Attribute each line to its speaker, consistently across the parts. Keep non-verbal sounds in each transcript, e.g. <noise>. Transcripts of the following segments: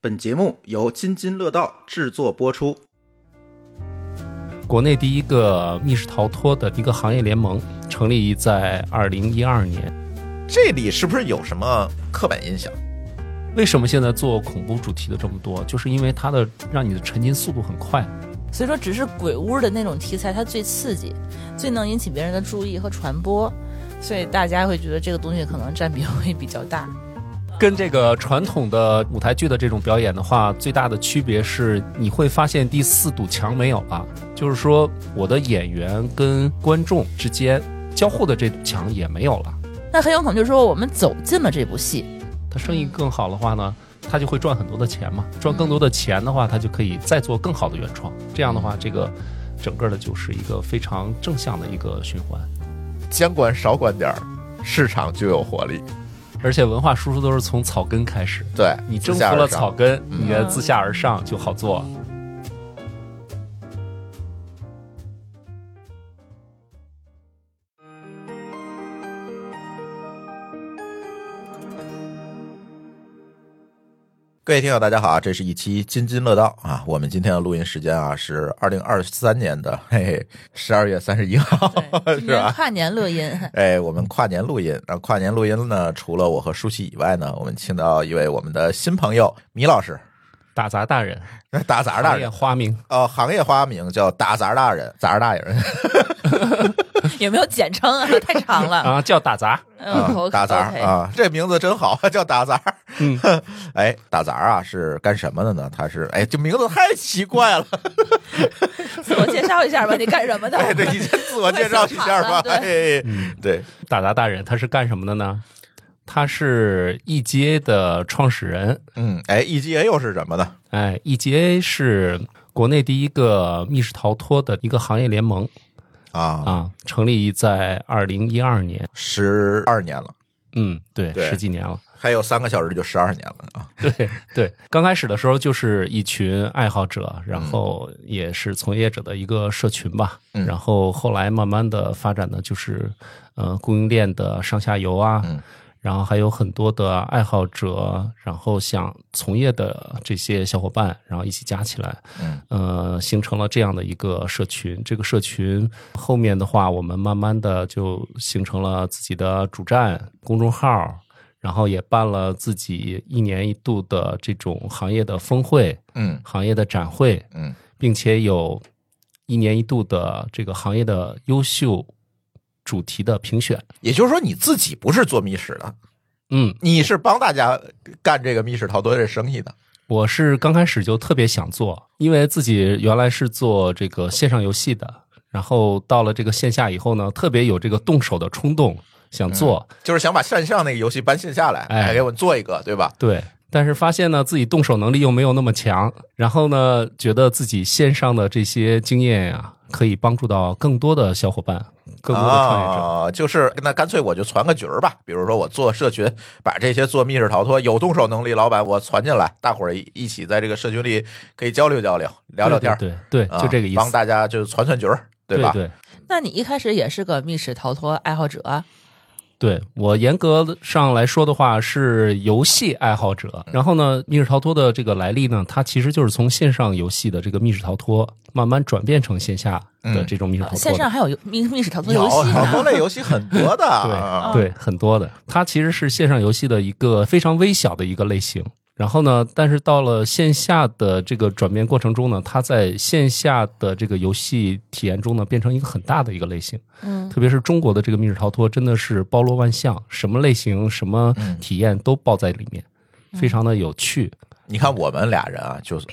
Speaker 1: 本节目由津津乐道制作播出。
Speaker 2: 国内第一个密室逃脱的一个行业联盟成立在二零一二年。
Speaker 3: 这里是不是有什么刻板印象？
Speaker 2: 为什么现在做恐怖主题的这么多？就是因为它的让你的沉浸速度很快。
Speaker 4: 所以说，只是鬼屋的那种题材，它最刺激，最能引起别人的注意和传播，所以大家会觉得这个东西可能占比会比较大。
Speaker 2: 跟这个传统的舞台剧的这种表演的话，最大的区别是，你会发现第四堵墙没有了，就是说我的演员跟观众之间交互的这堵墙也没有了。
Speaker 4: 那很有可能就是说，我们走进了这部戏，
Speaker 3: <laughs>
Speaker 2: 他生意更好的话呢，他就会赚很多的钱嘛，赚更多的钱的话，他就可以再做更好的原创。这样的话，这个整个的就是一个非常正向的一个循环，
Speaker 3: 监管少管点儿，市场就有活力。
Speaker 2: 而且文化输出都是从草根开始。
Speaker 3: 对
Speaker 2: 你
Speaker 3: 自
Speaker 2: 征服
Speaker 3: 下而
Speaker 2: 了
Speaker 3: 上
Speaker 2: 草根，
Speaker 3: 嗯
Speaker 2: 你的自下而上就好做。
Speaker 3: 各位听友，大家好啊！这是一期津津乐道啊！我们今天的录音时间啊是二零二三年的嘿嘿十二月三十一号，
Speaker 4: 对，
Speaker 3: 哦
Speaker 4: 今
Speaker 3: 是啊
Speaker 4: 年
Speaker 3: 吧？
Speaker 4: 跨年乐音，
Speaker 3: 哎，我们跨年录音，然后跨年录音呢，除了我和舒淇以外呢，我们请到一位我们的新朋友米老师，
Speaker 2: 打杂大人，
Speaker 3: 打杂大
Speaker 2: 行业
Speaker 3: 人，
Speaker 2: 花名，
Speaker 3: 呃，行业花名叫打杂大人，杂大人
Speaker 4: 有没有简称啊？太长了。
Speaker 2: 啊，叫打杂。
Speaker 3: 啊
Speaker 4: 嗯，
Speaker 3: <laughs>
Speaker 4: 我
Speaker 3: 打杂
Speaker 4: OK
Speaker 3: 啊，这名字真好， <laughs> 叫打杂。
Speaker 2: 嗯，
Speaker 3: <laughs> 哎，打杂啊是干什么的呢？他是哎，这名字太奇怪了。
Speaker 4: 自我介绍一下吧，你干什
Speaker 3: <laughs>
Speaker 4: 么的？
Speaker 3: 哎，对，你先自我介绍一下吧。
Speaker 4: 太
Speaker 3: 哎，
Speaker 2: 嗯，
Speaker 3: 对，
Speaker 2: 打杂大人他是干什么的呢？他是 EGA 的创始人。
Speaker 3: 嗯，哎，EGA 又是什么呢？
Speaker 2: 哎，EGA 是国内第一个密室逃脱的一个行业联盟
Speaker 3: 啊，
Speaker 2: 啊，成立在二零一二年。
Speaker 3: 十二年了，
Speaker 2: 嗯，对，
Speaker 3: 对
Speaker 2: 十几年了。
Speaker 3: 还有三个小时就十二年了啊。
Speaker 2: 对对，刚开始的时候就是一群爱好者，然后也是从业者的一个社群吧。
Speaker 3: 嗯
Speaker 2: 然后后来慢慢的发展呢，就是呃供应链的上下游啊，
Speaker 3: 嗯
Speaker 2: 然后还有很多的爱好者，然后想从业的这些小伙伴，然后一起加起来，
Speaker 3: 嗯，
Speaker 2: 呃，形成了这样的一个社群。这个社群后面的话，我们慢慢的就形成了自己的主站、公众号，然后也办了自己一年一度的这种行业的峰会、
Speaker 3: 嗯
Speaker 2: 行业的展会，
Speaker 3: 嗯，
Speaker 2: 并且有一年一度的这个行业的优秀主题的评选。
Speaker 3: 也就是说你自己不是做密室的，
Speaker 2: 嗯，
Speaker 3: 你是帮大家干这个密室逃脱这生意的。
Speaker 2: 我是刚开始就特别想做，因为自己原来是做这个线上游戏的，然后到了这个线下以后呢，特别有这个动手的冲动，想做。
Speaker 3: 就是想把线上那个游戏搬线下来，
Speaker 2: 哎
Speaker 3: 哎，给我们做一个，对吧？
Speaker 2: 对，但是发现呢，自己动手能力又没有那么强，然后呢，觉得自己线上的这些经验呀、可以帮助到更多的小伙伴，更多的创业者。
Speaker 3: 啊，就是那干脆我就传个局儿吧，比如说我做社群，把这些做密室逃脱有动手能力老板我传进来，大伙儿一一起在这个社群里可以交流交流，聊聊天儿，
Speaker 2: 对对对，
Speaker 3: 啊
Speaker 2: 就这个意
Speaker 3: 帮
Speaker 2: 思，
Speaker 3: 大家就是传传局儿，
Speaker 2: 对
Speaker 3: 吧？
Speaker 2: 对
Speaker 4: 那你一开始也是个密室逃脱爱好者，啊
Speaker 2: 对我严格上来说的话是游戏爱好者，然后呢，密室逃脱的这个来历呢，它其实就是从线上游戏的这个密室逃脱慢慢转变成线下的这种密室逃
Speaker 4: 啊
Speaker 2: 脱的、
Speaker 4: 线上还有游密密室逃脱
Speaker 3: 有
Speaker 4: 游戏
Speaker 3: 逃
Speaker 4: 呢。
Speaker 3: 脱啊类游戏很多的，
Speaker 2: <laughs> 对
Speaker 3: 啊
Speaker 2: 对很多的，它其实是线上游戏的一个非常微小的一个类型。然后呢，但是到了线下的这个转变过程中呢，它在线下的这个游戏体验中呢，变成一个很大的一个类型。
Speaker 4: 嗯，
Speaker 2: 特别是中国的这个密室逃脱，真的是包罗万象，什么类型、什么体验都包在里面，
Speaker 4: 嗯
Speaker 2: 非常的有趣。
Speaker 3: 你看我们俩人啊，就是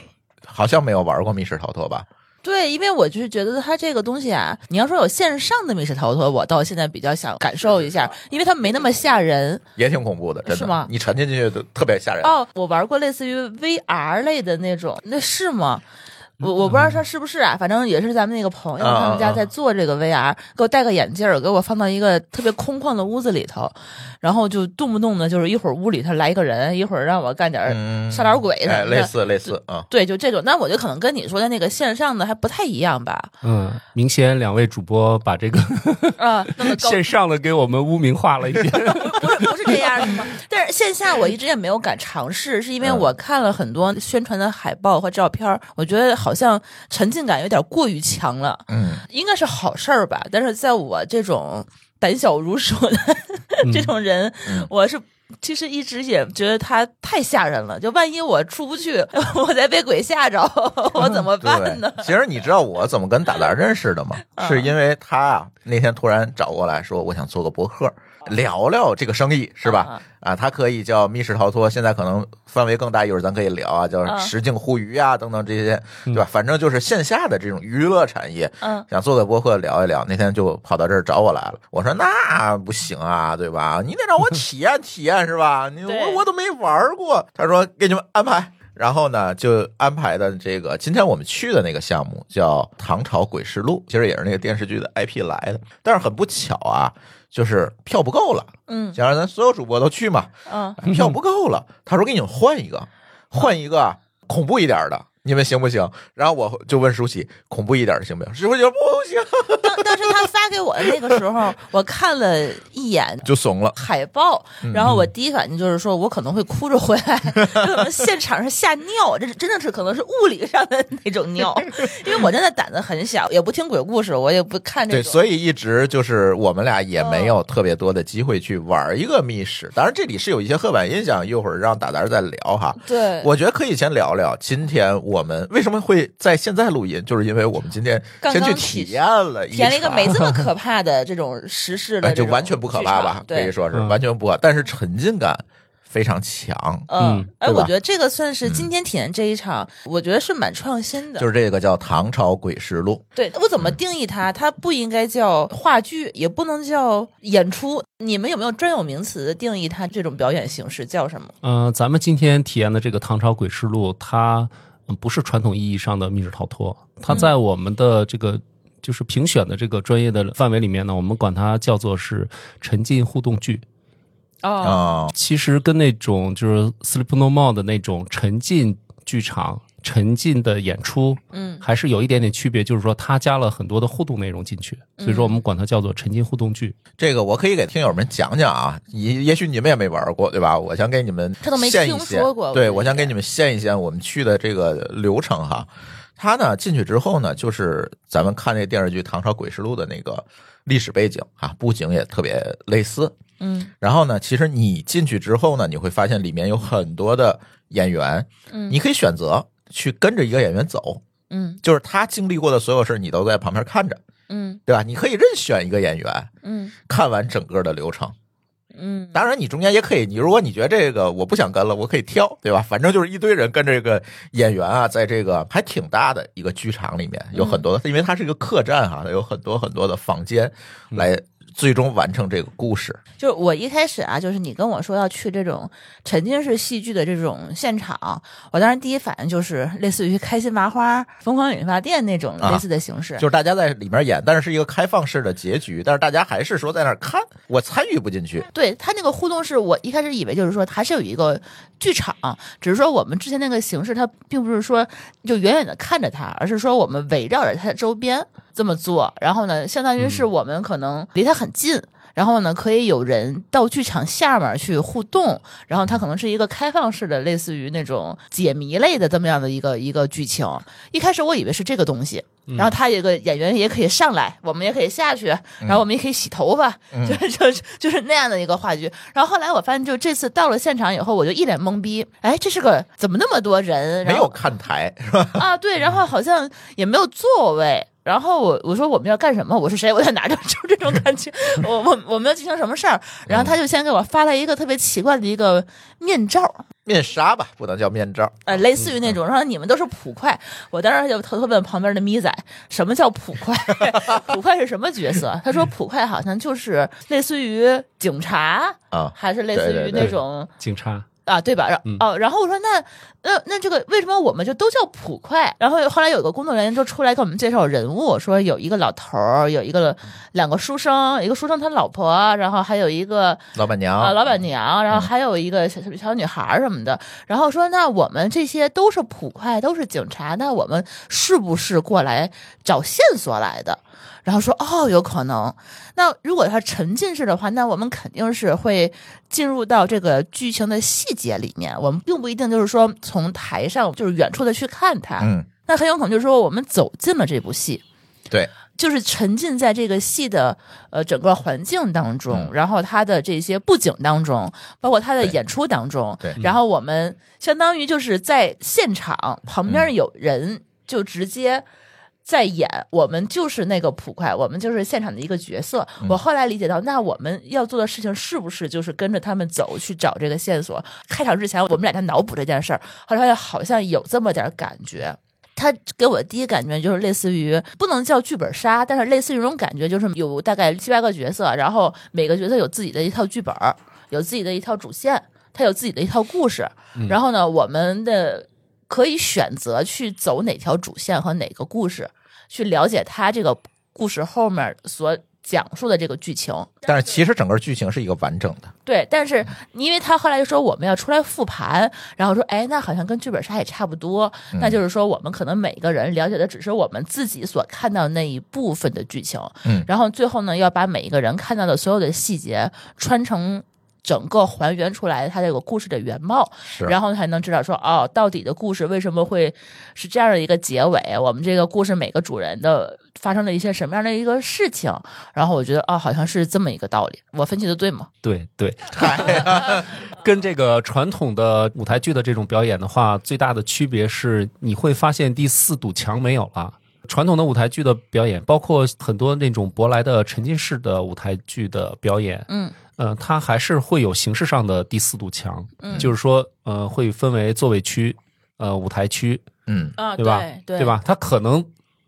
Speaker 3: 好像没有玩过密室逃脱吧？
Speaker 4: 对，因为我就是觉得它这个东西啊，你要说有线上的密室逃脱，我到现在比较想感受一下，因为它没那么吓人。
Speaker 3: 也挺恐怖的，真的。
Speaker 4: 是吗
Speaker 3: 你沉进去都特别吓人。
Speaker 4: 哦，我玩过类似于 VR 类的那种，那是吗？我我不知道
Speaker 3: 嗯
Speaker 4: 他是不是啊，反正也是咱们那个朋友
Speaker 3: 啊
Speaker 4: 他们
Speaker 3: 啊
Speaker 4: 家
Speaker 3: 啊
Speaker 4: 在做这个 VR，给我戴个眼镜儿，给我放到一个特别空旷的屋子里头，然后就动不动的就是一会儿屋里头来一个人，一会儿让我干点儿
Speaker 3: 嗯，
Speaker 4: 杀老鬼什
Speaker 3: 哎，
Speaker 4: 么
Speaker 3: 类
Speaker 4: 的。
Speaker 3: 似类似啊，
Speaker 4: 对，就这种，那我就可能跟你说的那个线上的还不太一样
Speaker 3: <laughs>
Speaker 4: 吧，
Speaker 2: 嗯，明显两位主播把这个
Speaker 4: 啊，那 <laughs> 么高
Speaker 2: 线上的给我们污名化了一遍。
Speaker 4: 不是不是这样的吗？但是线下我一直也没有敢尝试，是因
Speaker 3: 嗯
Speaker 4: 为我看了很多宣传的海报和照片儿，我觉得好像沉浸感有点过于强了，
Speaker 3: 嗯，
Speaker 4: 应该是好事儿吧？但是在我这种胆小如鼠的 <laughs> 这种人，
Speaker 3: 嗯
Speaker 4: 我是。其实一直也觉得它太吓人了，就万一我出不去， <laughs> 我再被鬼吓着，我怎么办呢？嗯
Speaker 3: 对，其实你知道我怎么跟达达认识
Speaker 4: <laughs>
Speaker 3: 的吗？是因为他啊那天突然找过来说，我想做个博客，聊聊这个生意，是
Speaker 4: 嗯
Speaker 3: 吧？啊，它可以叫密室逃脱，现在可能范围更大，一会儿咱可以聊啊，叫
Speaker 4: 啊
Speaker 3: 实境互娱啊等等这些，对吧？反正就是线下的这种娱乐产业，
Speaker 4: 嗯，
Speaker 3: 想做个播客聊一聊，那天就跑到这儿找我来了。我说那不行啊，对吧？你得让
Speaker 4: <laughs>
Speaker 3: 我体验体验是吧？你
Speaker 4: 对
Speaker 3: 我我都没玩过。他说给你们安排，然后呢就安排的这个今天我们去的那个项目叫《唐朝诡事录》，其实也是那个电视剧的 IP 来的，但是很不巧啊，就是票不够了。
Speaker 4: 嗯
Speaker 3: 想让咱所有主播都去嘛，
Speaker 4: 嗯，
Speaker 3: 哎 <laughs> 票不够了，他说给你们换一个，换一个恐怖一点的，你们行不行？然后我就问舒淇，恐怖一点的行不行？舒淇说不行，
Speaker 4: 当当时他发给我的那个时候，我看了一眼，
Speaker 3: 就怂了。
Speaker 4: 海报，
Speaker 3: 嗯
Speaker 4: 然后我第一反应就是说，我可能会哭着回来， <laughs> 可能现场是吓尿，这是真的是可能是物理上的那种
Speaker 3: <laughs>
Speaker 4: 尿，因为我真的胆子很小，也不听鬼故事，我也不看这
Speaker 3: 对，
Speaker 4: 种。
Speaker 3: 所以一直就是我们俩也没有特别多的机会去玩一个密室。当然，这里是有一些刻板印象，一会儿让达达再聊哈。
Speaker 4: 对，
Speaker 3: 我觉得可以先聊聊今天我们为什么会在现在录音，就是因为我们今天
Speaker 4: 刚
Speaker 3: 先
Speaker 4: 刚
Speaker 3: 去
Speaker 4: 体
Speaker 3: 体验了一
Speaker 4: 填了一个
Speaker 3: 场
Speaker 4: 没这么可怕的这种时事的
Speaker 3: 啊哎，
Speaker 4: 这
Speaker 3: 就
Speaker 4: 种剧场，
Speaker 3: 完全不可怕吧？可
Speaker 4: 对
Speaker 3: 以，说是
Speaker 2: 嗯
Speaker 3: 完全不可，但是沉浸感非常强。
Speaker 4: 嗯
Speaker 2: 嗯，
Speaker 4: 哎，
Speaker 3: 对吧
Speaker 4: 我觉得这个算是今天体验这一场，我觉得是蛮创新的。
Speaker 3: 嗯就是嗯这个叫《唐朝诡事录
Speaker 4: 对我怎么定义它？它不应该叫话剧，也不能叫演出。你们有没有专有名词定义它这种表演形式叫什么？
Speaker 2: 嗯、咱们今天体验的这个《唐朝诡事录》，它嗯不是传统意义上的密室逃脱，它在我们的这个就是评选的这个专业的范围里面呢，我们管它叫做是沉浸互动剧。
Speaker 3: 啊、
Speaker 4: 哦，
Speaker 2: 其实跟那种就是 Sleep No More 的那种沉浸剧场、沉浸的演出，
Speaker 4: 嗯
Speaker 2: 还是有一点点区别，就是说它加了很多的互动内容进去，所以说我们管它叫做沉浸互动剧。
Speaker 3: 这个我可以给听友们讲讲啊，也也许你们也没玩过，对吧？我先给你们
Speaker 4: 这都没
Speaker 3: 献一
Speaker 4: 听
Speaker 3: 献
Speaker 4: 说过
Speaker 3: 对
Speaker 4: 我
Speaker 3: 我
Speaker 4: 觉
Speaker 3: 先
Speaker 4: 得
Speaker 3: 给你们献一献我们去的这个流程哈。他呢进去之后呢，就是咱们看那电视剧《唐朝诡事录》的那个历史背景啊，布景也特别类似。
Speaker 4: 嗯
Speaker 3: 然后呢，其实你进去之后呢，你会发现里面有很多的演员，
Speaker 4: 嗯
Speaker 3: 你可以选择去跟着一个演员走，
Speaker 4: 嗯
Speaker 3: 就是他经历过的所有事儿，你都在旁边看着，
Speaker 4: 嗯
Speaker 3: 对吧？你可以任选一个演员，
Speaker 4: 嗯
Speaker 3: 看完整个的流程。
Speaker 4: 嗯，
Speaker 3: 当然，你中间也可以，你如果你觉得这个我不想跟了，我可以挑，对吧？反正就是一堆人跟这个演员啊，在这个还挺大的一个剧场里面，有很多，
Speaker 4: 嗯
Speaker 3: 因为它是一个客栈哈、它有很多很多的房间
Speaker 4: 嗯
Speaker 3: 来最终完成这个故事。
Speaker 4: 就是我一开始啊，就是你跟我说要去这种沉浸式戏剧的这种现场，我当时第一反应就是类似于开心麻花、疯狂理发店那种
Speaker 3: 啊
Speaker 4: 类似的形式。
Speaker 3: 就是大家在里面演，但是是一个开放式的结局，但是大家还是说在那儿看，我参与不进去。
Speaker 4: 对他那个互动是我一开始以为就是说还是有一个剧场，只是说我们之前那个形式，它并不是说就远远的看着它，而是说我们围绕着它周边这么做。然后呢，相当于
Speaker 3: 嗯
Speaker 4: 是我们可能离它很近。然后呢，可以有人到剧场下面去互动，然后它可能是一个开放式的，类似于那种解谜类的这么样的一个一个剧情。一开始我以为是这个东西，
Speaker 3: 嗯
Speaker 4: 然后它有个演员也可以上来，我们也可以下去，
Speaker 3: 嗯
Speaker 4: 然后我们也可以洗头发，就是就是就是那样的一个话剧。然后后来我发现，就这次到了现场以后，我就一脸懵逼，哎，这是个怎么那么多人？
Speaker 3: 没
Speaker 4: 然
Speaker 3: 有
Speaker 4: 后
Speaker 3: 看台，
Speaker 4: 啊，对，然后好像也没有座位。然后我我说我们要干什么？我是谁？我在哪儿？就这种感觉。我我我们要进行什么事儿？然后他就先给我发了一个特别奇怪的一个面罩，
Speaker 3: 面纱吧，不能叫面罩。
Speaker 4: 呃，类似于那种，然后你们都是捕快，我当时就偷偷问旁边的咪仔，什么叫捕快？ <laughs> 捕快是什么角色？他说捕快好像就是类似于警察
Speaker 3: 啊
Speaker 4: 还是类似
Speaker 3: 对
Speaker 4: 于
Speaker 3: 对对
Speaker 4: 那种
Speaker 2: 警察
Speaker 4: 啊，对吧？然哦，然后我说那那那这个为什么我们就都叫捕快？然后后来有个工作人员就出来给我们介绍人物，说有一个老头儿，有一个两个书生，一个书生他老婆，然后还有一个
Speaker 3: 老板娘，
Speaker 4: 啊，老板娘，然后还有一个小小女孩儿什么的，然后说那我们这些都是捕快，都是警察，那我们是不是过来找线索来的？然后说哦，有可能。那如果他沉浸式的话，那我们肯定是会进入到这个剧情的细节里面，我们并不一定就是说从台上就是远处的去看他，
Speaker 3: 嗯，
Speaker 4: 那很有可能就是说我们走进了这部戏，
Speaker 3: 对，
Speaker 4: 就是沉浸在这个戏的呃整个环境当中，
Speaker 3: 嗯
Speaker 4: 然后它的这些布景当中，包括它的
Speaker 3: 对
Speaker 4: 演出当中，
Speaker 3: 对
Speaker 4: 然后我们相当于就是在现场旁边有人就直接。在演，我们就是那个捕快，我们就是现场的一个角色。我后来理解到，那我们要做的事情是不是就是跟着他们走去找这个线索？开场之前，我们俩在脑补这件事儿，后来发现好像有这么点儿感觉。他给我的第一感觉就是类似于不能叫剧本杀，但是类似于这种感觉，就是有大概七八个角色，然后每个角色有自己的一套剧本儿，有自己的一套主线，他有自己的一套故事。然后呢，我们的可以选择去走哪条主线和哪个故事，去了解他这个故事后面所讲述的这个剧情。
Speaker 3: 但是其实整个剧情是一个完整的，
Speaker 4: 对，但是因为他后来就说我们要出来复盘，然后说，哎，那好像跟剧本杀也差不多，
Speaker 3: 嗯
Speaker 4: 那就是说我们可能每个人了解的只是我们自己所看到那一部分的剧情，
Speaker 3: 嗯
Speaker 4: 然后最后呢要把每一个人看到的所有的细节穿成。整个还原出来它这个故事的原貌，
Speaker 3: 是
Speaker 4: 然后才能知道说哦，到底的故事为什么会是这样的一个结尾？我们这个故事每个主人的发生了一些什么样的一个事情？然后我觉得哦，好像是这么一个道理。我分析的对吗？
Speaker 2: 对对，跟这个传统的舞台剧的这种表演的话，最大的区别是你会发现第四堵墙没有了。传统的舞台剧的表演，包括很多那种舶来的沉浸式的舞台剧的表演，
Speaker 4: 嗯，
Speaker 2: 呃，它还是会有形式上的第四堵墙，
Speaker 4: 嗯
Speaker 2: 就是说，呃，会分为座位区、呃舞台区，
Speaker 3: 嗯，
Speaker 4: 啊，
Speaker 2: 对吧？
Speaker 4: 对
Speaker 2: 吧？它可能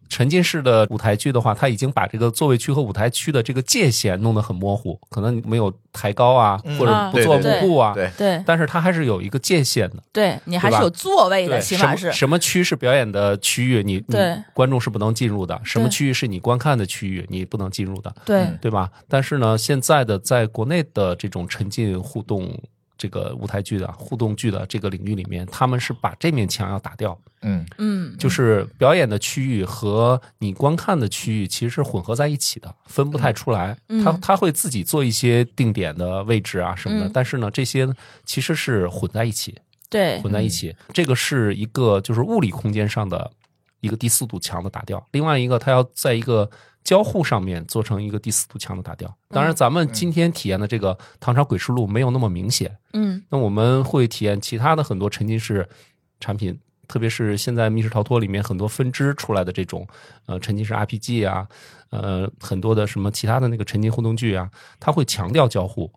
Speaker 2: 沉浸式的舞台剧的话，它已经把这个座位区和舞台区的这个界限弄得很模糊，可能没有抬高啊，
Speaker 3: 嗯
Speaker 2: 或者
Speaker 4: 啊
Speaker 2: 不做幕
Speaker 4: 对
Speaker 2: 布啊，
Speaker 3: 对，
Speaker 4: 对
Speaker 2: 但是它还是有一个界限的。
Speaker 4: 对，你还
Speaker 2: 对
Speaker 4: 是
Speaker 2: 吧
Speaker 4: 有座位的，起
Speaker 2: 什
Speaker 4: 码
Speaker 2: 么
Speaker 4: 是
Speaker 2: 什么区是表演的区域，你你
Speaker 4: 对
Speaker 2: 观众是不能进入的；什么
Speaker 4: 对
Speaker 2: 区域是你观看的区域，你不能进入的，
Speaker 4: 对
Speaker 3: 嗯
Speaker 2: 对吧？但是呢，现在的在国内的这种沉浸互动。这个舞台剧的互动剧的这个领域里面，他们是把这面墙要打掉，
Speaker 3: 嗯，
Speaker 4: 嗯，
Speaker 2: 就是表演的区域和你观看的区域其实是混合在一起的，分不太出来。
Speaker 4: 嗯
Speaker 2: 它它会自己做一些定点的位置啊什么的，
Speaker 4: 嗯
Speaker 2: 但是呢，这些其实是混在一起，
Speaker 4: 对
Speaker 2: 混在一起。这个是一个就是物理空间上的一个第四堵墙的打掉，另外一个它要在一个交互上面做成一个第四堵墙的打掉。当
Speaker 4: 嗯
Speaker 2: 然，咱们今天体验的这个《唐朝诡事录》没有那么明显，
Speaker 4: 嗯
Speaker 2: 那我们会体验其他的很多沉浸式产品，特别是现在密室逃脱里面很多分支出来的这种呃沉浸式 RPG 啊，呃很多的什么其他的那个沉浸互动剧啊，它会强调交互，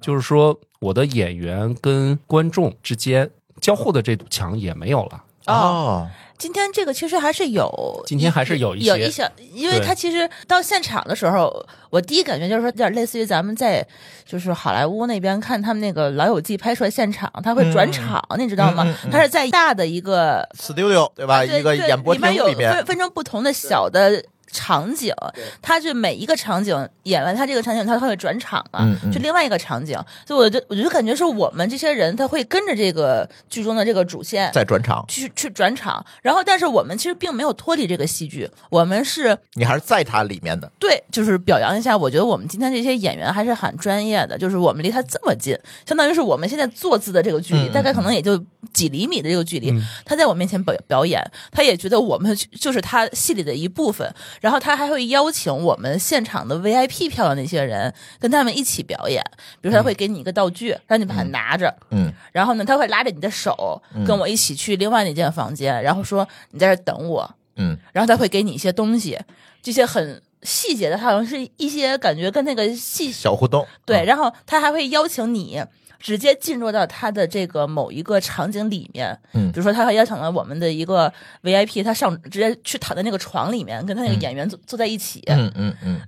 Speaker 2: 就是说我的演员跟观众之间交互的这堵墙也没有了。
Speaker 4: 哦，
Speaker 3: 哦，
Speaker 4: 今天这个其实还是有，
Speaker 2: 今天还是有一些
Speaker 4: 有一小，因为
Speaker 2: 对
Speaker 4: 他其实到现场的时候，我第一感觉就是说，有点类似于咱们在就是好莱坞那边看他们那个《老友记》拍摄现场，他会转场，你知道吗
Speaker 3: 嗯嗯？嗯
Speaker 4: 他是在大的一个
Speaker 3: studio 对吧？
Speaker 4: 啊对
Speaker 3: 一个
Speaker 4: 对
Speaker 3: 演播厅
Speaker 4: 里面有
Speaker 3: 里面
Speaker 4: 分，分成不同的小的场景，它是每一个场景演完它这个场景，它会转场嘛、
Speaker 3: 嗯嗯
Speaker 4: 去另外一个场景，所以我就我就感觉是我们这些人，他会跟着这个剧中的这个主线
Speaker 3: 在转场，
Speaker 4: 去去转场，然后但是我们其实并没有脱离这个戏剧，我们是
Speaker 3: 你还是在它里面的，
Speaker 4: 对，就是表扬一下，我觉得我们今天这些演员还是很专业的，就是我们离他这么近，相当于是我们现在坐姿的这个距离，
Speaker 3: 嗯
Speaker 4: 大概可能也就几厘米的这个距离，他在我面前表表演，他也觉得我们就是他戏里的一部分，然后他还会邀请我们现场的 VIP 票的那些人跟他们一起表演，比如说他会给你一个道具，让你把它拿着，
Speaker 3: 嗯，
Speaker 4: 然后呢，他会拉着你的手跟我一起去另外那间房间，然后说你在这儿等我。
Speaker 3: 嗯，
Speaker 4: 然后他会给你一些东西，这些很细节的，它好像是一些感觉跟那个细
Speaker 3: 小互动，
Speaker 4: 对，
Speaker 3: 啊
Speaker 4: 然后他还会邀请你直接进入到他的这个某一个场景里面，
Speaker 3: 嗯
Speaker 4: 比如说他会邀请了我们的一个 VIP，他上直接去躺在那个床里面，跟他那个
Speaker 3: 嗯
Speaker 4: 演员坐、坐在一起，
Speaker 3: 嗯嗯嗯，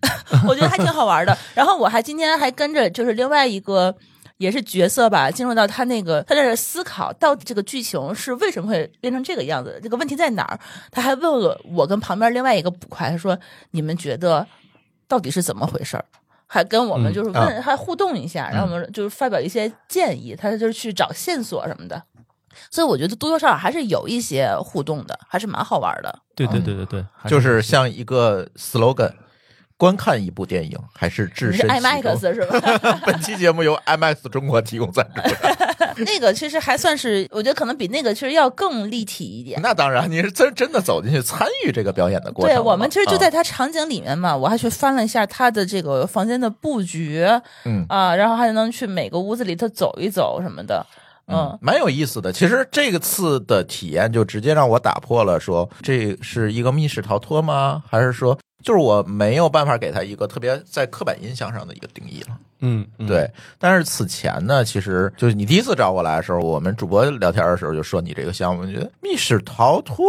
Speaker 4: 我觉得还挺好玩的。然后我还今天还跟着就是另外一个。也是角色吧，进入到他那个，他在这思考到底这个剧情是为什么会变成这个样子，这个问题在哪儿？他还问了我跟旁边另外一个捕快，他说：“你们觉得到底是怎么回事儿？”还跟我们
Speaker 2: 嗯
Speaker 4: 就是问，
Speaker 3: 啊嗯
Speaker 4: 还互动一下，然后我们就是发表一些建议，他就是去找线索什么的。所以我觉得多多少少还是有一些互动的，还是蛮好玩的。
Speaker 2: 对对对对对，还
Speaker 3: 就是像一个 slogan。观看一部电影还是置
Speaker 4: 你是
Speaker 3: 身其中
Speaker 4: IMAX 是吧？
Speaker 3: <laughs> 本期节目由 IMAX 中国提供赞
Speaker 4: <laughs>
Speaker 3: 助。
Speaker 4: 那个其实还算是，我觉得可能比那个其实要更立体一点。
Speaker 3: 那当然，你是真真的走进去参与这个表演的过程
Speaker 4: 对
Speaker 3: 了嘛。
Speaker 4: 我们其实就
Speaker 3: 啊
Speaker 4: 在它场景里面嘛，我还去翻了一下它的这个房间的布局
Speaker 3: 嗯
Speaker 4: 啊，然后还能去每个屋子里头走一走什么的。嗯
Speaker 3: 嗯，，蛮有意思的。其实这个次的体验就直接让我打破了说，这是一个密室逃脱吗？还是说，就是我没有办法给他一个特别在刻板印象上的一个定义了？
Speaker 2: 嗯，嗯
Speaker 3: 对。但是此前呢，其实就是你第一次找我来的时候，我们主播聊天的时候就说你这个项目，觉得密室逃脱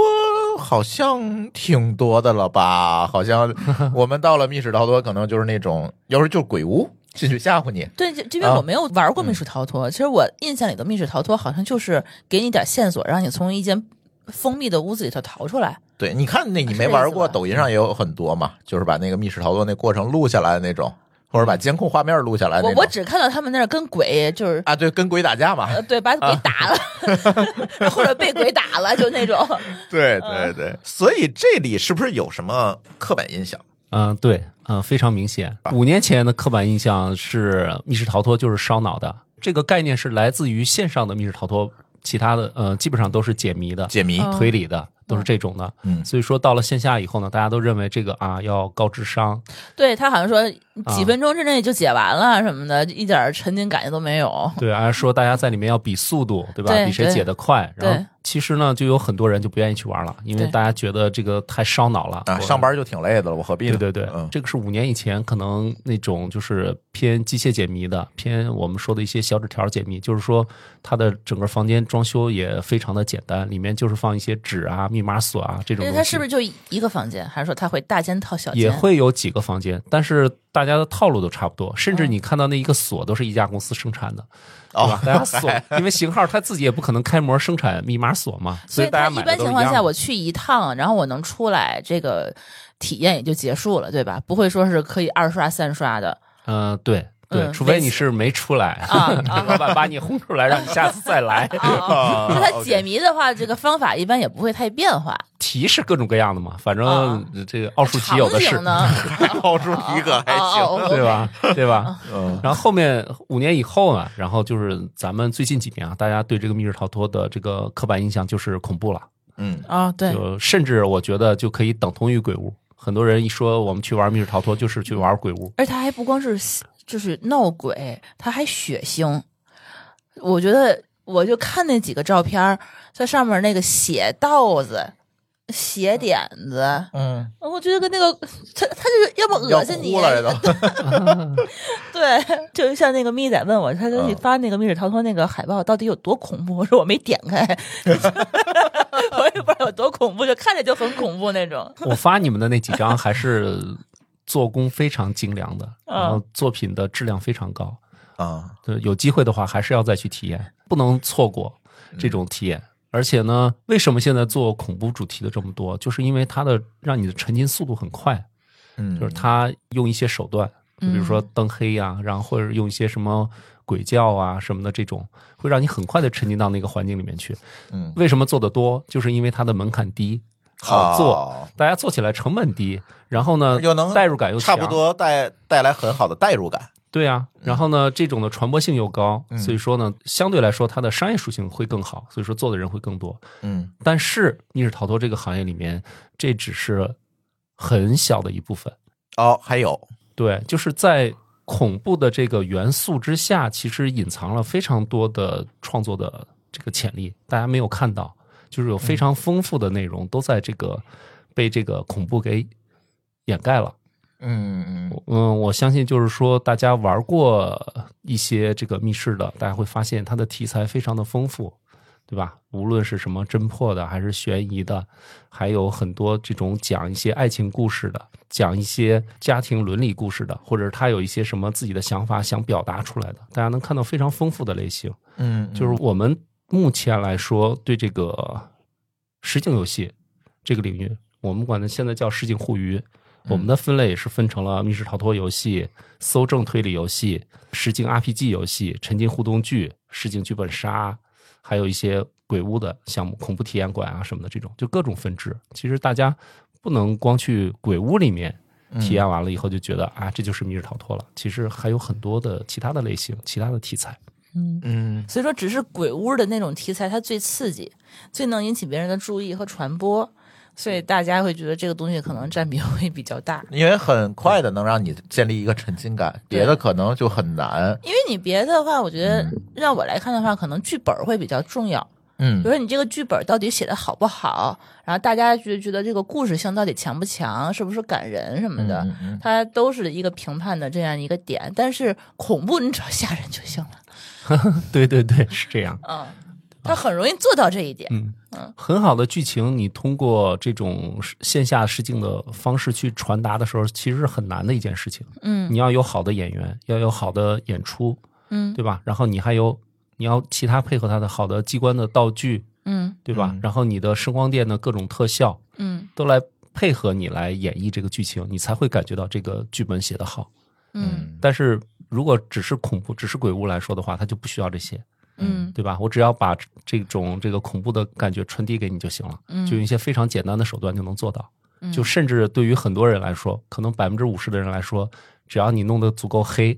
Speaker 3: 好像挺多的了吧？好像我们到了密室逃脱，可能就是那种，要是就是鬼屋进去吓唬你，
Speaker 4: 对，这这边
Speaker 3: 啊
Speaker 4: 我没有玩过密室逃脱。其实我印象里的密室逃脱好像就是给你点线索，让你从一间封闭的屋子里头逃出来。
Speaker 3: 对，你看那你
Speaker 4: 啊是
Speaker 3: 没
Speaker 4: 这意
Speaker 3: 玩
Speaker 4: 思
Speaker 3: 过，
Speaker 4: 吧嗯
Speaker 3: 抖音上也有很多嘛，就是把那个密室逃脱那过程录下来的那种，或者把监控画面录下来
Speaker 4: 嗯我
Speaker 3: 啊那
Speaker 4: 我
Speaker 3: 种。
Speaker 4: 只看到他们那儿跟鬼就是。
Speaker 3: 啊，对，跟鬼打架嘛，
Speaker 4: 呃，对，把鬼打了， <laughs> 或者被鬼打了，就那
Speaker 3: <laughs>
Speaker 4: 种。
Speaker 3: 对对
Speaker 4: 嗯
Speaker 3: 对，所以这里是不是有什么刻板印象？
Speaker 2: 嗯，对，嗯、非常明显。五年前的刻板印象是密室逃脱就是烧脑的，这个概念是来自于线上的密室逃脱，其他的呃基本上都是解谜的、
Speaker 3: 解谜，
Speaker 4: 嗯
Speaker 2: 推理的，都是这种的。
Speaker 3: 嗯
Speaker 2: 所以说到了线下以后呢，大家都认为这个啊要高智商，
Speaker 4: 对他好像说几
Speaker 2: 啊
Speaker 4: 分钟之内就解完了什么的，一点儿沉浸感都没有。
Speaker 2: 对，啊说大家在里面要比速度，对吧？
Speaker 4: 对
Speaker 2: 比谁解得快。
Speaker 4: 对
Speaker 2: 然后其实呢，就有很多人就不愿意去玩了，因为
Speaker 4: 对
Speaker 2: 大家觉得这个太烧脑了
Speaker 3: 啊，
Speaker 2: 我
Speaker 3: 上班就挺累的了，我何必呢？
Speaker 2: 对对对，
Speaker 3: 嗯
Speaker 2: 这个是五年以前可能那种就是偏机械解谜的，偏我们说的一些小纸条解谜，就是说它的整个房间装修也非常的简单，里面就是放一些纸啊、密码锁啊这种东
Speaker 4: 因为
Speaker 2: 西。
Speaker 4: 他哎是不是就一个房间，还是说他会大间套小间？
Speaker 2: 也会有几个房间，但是大家的套路都差不多，甚至
Speaker 4: 嗯
Speaker 2: 你看到那一个锁都是一家公司生产的，对
Speaker 3: 哦
Speaker 2: 吧？大
Speaker 3: <laughs>
Speaker 2: 家锁，因为型号他自己也不可能开模生产密码锁嘛，
Speaker 4: 所
Speaker 2: 所
Speaker 4: 以
Speaker 2: 大家
Speaker 4: 一
Speaker 2: 买的
Speaker 4: 般
Speaker 2: 都是
Speaker 4: 情
Speaker 2: 一
Speaker 4: 况
Speaker 2: 样
Speaker 4: 下，
Speaker 2: 的。
Speaker 4: 我去一趟，然后我能出来，这个体验也就结束了，对吧？不会说是可以二刷三刷的
Speaker 2: 嗯、对对，
Speaker 4: 嗯
Speaker 2: 除非你是没出来，
Speaker 4: 啊
Speaker 2: <laughs> 老
Speaker 4: 啊！
Speaker 2: 板把你轰出来，让你下次再来。
Speaker 4: <laughs> 啊那他
Speaker 3: OK
Speaker 4: 解谜的话，这个方法一般也不会太变化。
Speaker 2: 题是各种各样的嘛，反
Speaker 4: 啊
Speaker 2: 正这个奥数题有的是
Speaker 4: 场景，呢，
Speaker 3: 抛出一个还行，
Speaker 4: 哦
Speaker 2: <laughs> 对？
Speaker 4: 哦哦 <laughs> 哦
Speaker 2: 吧？对吧？
Speaker 3: 嗯
Speaker 2: 然后后面五年以后呢，然后就是咱们最近几年啊，大家对这个密室逃脱的这个刻板印象就是恐怖了，
Speaker 3: 嗯，
Speaker 4: 啊，对，
Speaker 2: 就甚至我觉得就可以等同于鬼屋。很多人一说我们去玩密室逃脱，就是去玩鬼屋。
Speaker 4: 而他还不光是就是闹鬼，他还血腥。我觉得我就看那几个照片儿，在上面那个血道子、血点子，
Speaker 3: 嗯，
Speaker 4: 呃我觉得跟那个他他就是要么
Speaker 3: 要
Speaker 4: 嗯恶心你
Speaker 3: 哭，
Speaker 4: 啊
Speaker 3: 了这都，
Speaker 4: 对， <laughs> 就是像那个蜜仔问我，他说
Speaker 3: 嗯
Speaker 4: 你发那个密室逃脱那个海报到底有多恐怖？我说我没点开， <laughs> 我也不知道有多恐怖，就看着就很恐怖那种。
Speaker 2: 我发你们的那几张还是做工非常精良的，
Speaker 4: 嗯
Speaker 2: 然后作品的质量非常高。
Speaker 3: 啊，
Speaker 2: 对，有机会的话还是要再去体验，不能错过这种体验。而且呢，为什么现在做恐怖主题的这么多？就是因为它的让你的沉浸速度很快，
Speaker 3: 嗯，
Speaker 2: 就是它用一些手段，就比如说灯黑呀、然后或者用一些什么鬼叫啊什么的这种，会让你很快的沉浸到那个环境里面去。
Speaker 3: 嗯
Speaker 2: 为什么做得多？就是因为它的门槛低，好做，
Speaker 3: 哦
Speaker 2: 大家做起来成本低，然后呢，
Speaker 3: 又能
Speaker 2: 代入感又
Speaker 3: 差
Speaker 2: 强
Speaker 3: 不多带带来很好的代入感，
Speaker 2: 对啊，然后呢，这种的传播性又高，所以说呢，相对来说它的商业属性会更好，所以说做的人会更多。
Speaker 3: 嗯
Speaker 2: 但是密室逃脱这个行业里面，这只是很小的一部分。
Speaker 3: 哦，还有
Speaker 2: 对，就是在恐怖的这个元素之下，其实隐藏了非常多的创作的这个潜力，大家没有看到，就是有非常丰富的内容都在这个。被这个恐怖给掩盖了。
Speaker 3: 嗯嗯
Speaker 2: 嗯，我相信就是说，大家玩过一些这个密室的，大家会发现它的题材非常的丰富，对吧？无论是什么侦破的，还是悬疑的，还有很多这种讲一些爱情故事的，讲一些家庭伦理故事的，或者是他有一些什么自己的想法想表达出来的，大家能看到非常丰富的类型。
Speaker 3: 嗯，
Speaker 2: 就是我们目前来说，对这个实景游戏这个领域，我们管它现在叫实景互娱。我们的分类也是分成了密室逃脱游戏、搜证推理游戏、实景 RPG 游戏、沉浸互动剧、实景剧本杀，还有一些鬼屋的项目、恐怖体验馆啊什么的这种，就各种分支。其实大家不能光去鬼屋里面体验完了以后就觉得、啊，这就是密室逃脱了。其实还有很多的其他的类型、其他的题材。
Speaker 3: 嗯
Speaker 4: 所以说，只是鬼屋的那种题材，它最刺激，最能引起别人的注意和传播，所以大家会觉得这个东西可能占比会比较大。
Speaker 3: 因为很快的能让你建立一个沉浸感，别的可能就很难。
Speaker 4: 因为你别的话，我觉得让我来看的话，可能剧本会比较重要。比
Speaker 3: 嗯
Speaker 4: 如说你这个剧本到底写的好不好，然后大家觉觉得这个故事性到底强不强，是不是感人什么的，
Speaker 3: 嗯嗯
Speaker 4: 它都是一个评判的这样一个点。但是恐怖你只要吓人就行了，
Speaker 2: 对对对，是这样。
Speaker 4: 嗯，它很容易做到这一点。
Speaker 2: 嗯，很好的剧情，你通过这种线下试镜的方式去传达的时候，其实是很难的一件事情。
Speaker 4: 嗯
Speaker 2: 你要有好的演员，要有好的演出，
Speaker 4: 嗯
Speaker 2: 对吧？然后你还有你要其他配合它的好的机关的道具，
Speaker 4: 嗯
Speaker 2: 对吧？
Speaker 3: 嗯
Speaker 2: 然后你的声光电的各种特效
Speaker 4: 嗯
Speaker 2: 都来配合你来演绎这个剧情，你才会感觉到这个剧本写得好。
Speaker 4: 嗯
Speaker 2: 但是如果只是恐怖、只是鬼屋来说的话，它就不需要这些。
Speaker 4: 嗯
Speaker 2: 对吧？我只要把这这种这个恐怖的感觉传递给你就行了，
Speaker 4: 嗯
Speaker 2: 就用一些非常简单的手段就能做到。
Speaker 4: 嗯，
Speaker 2: 就甚至对于很多人来说，可能百分之五十的人来说，只要你弄得足够黑，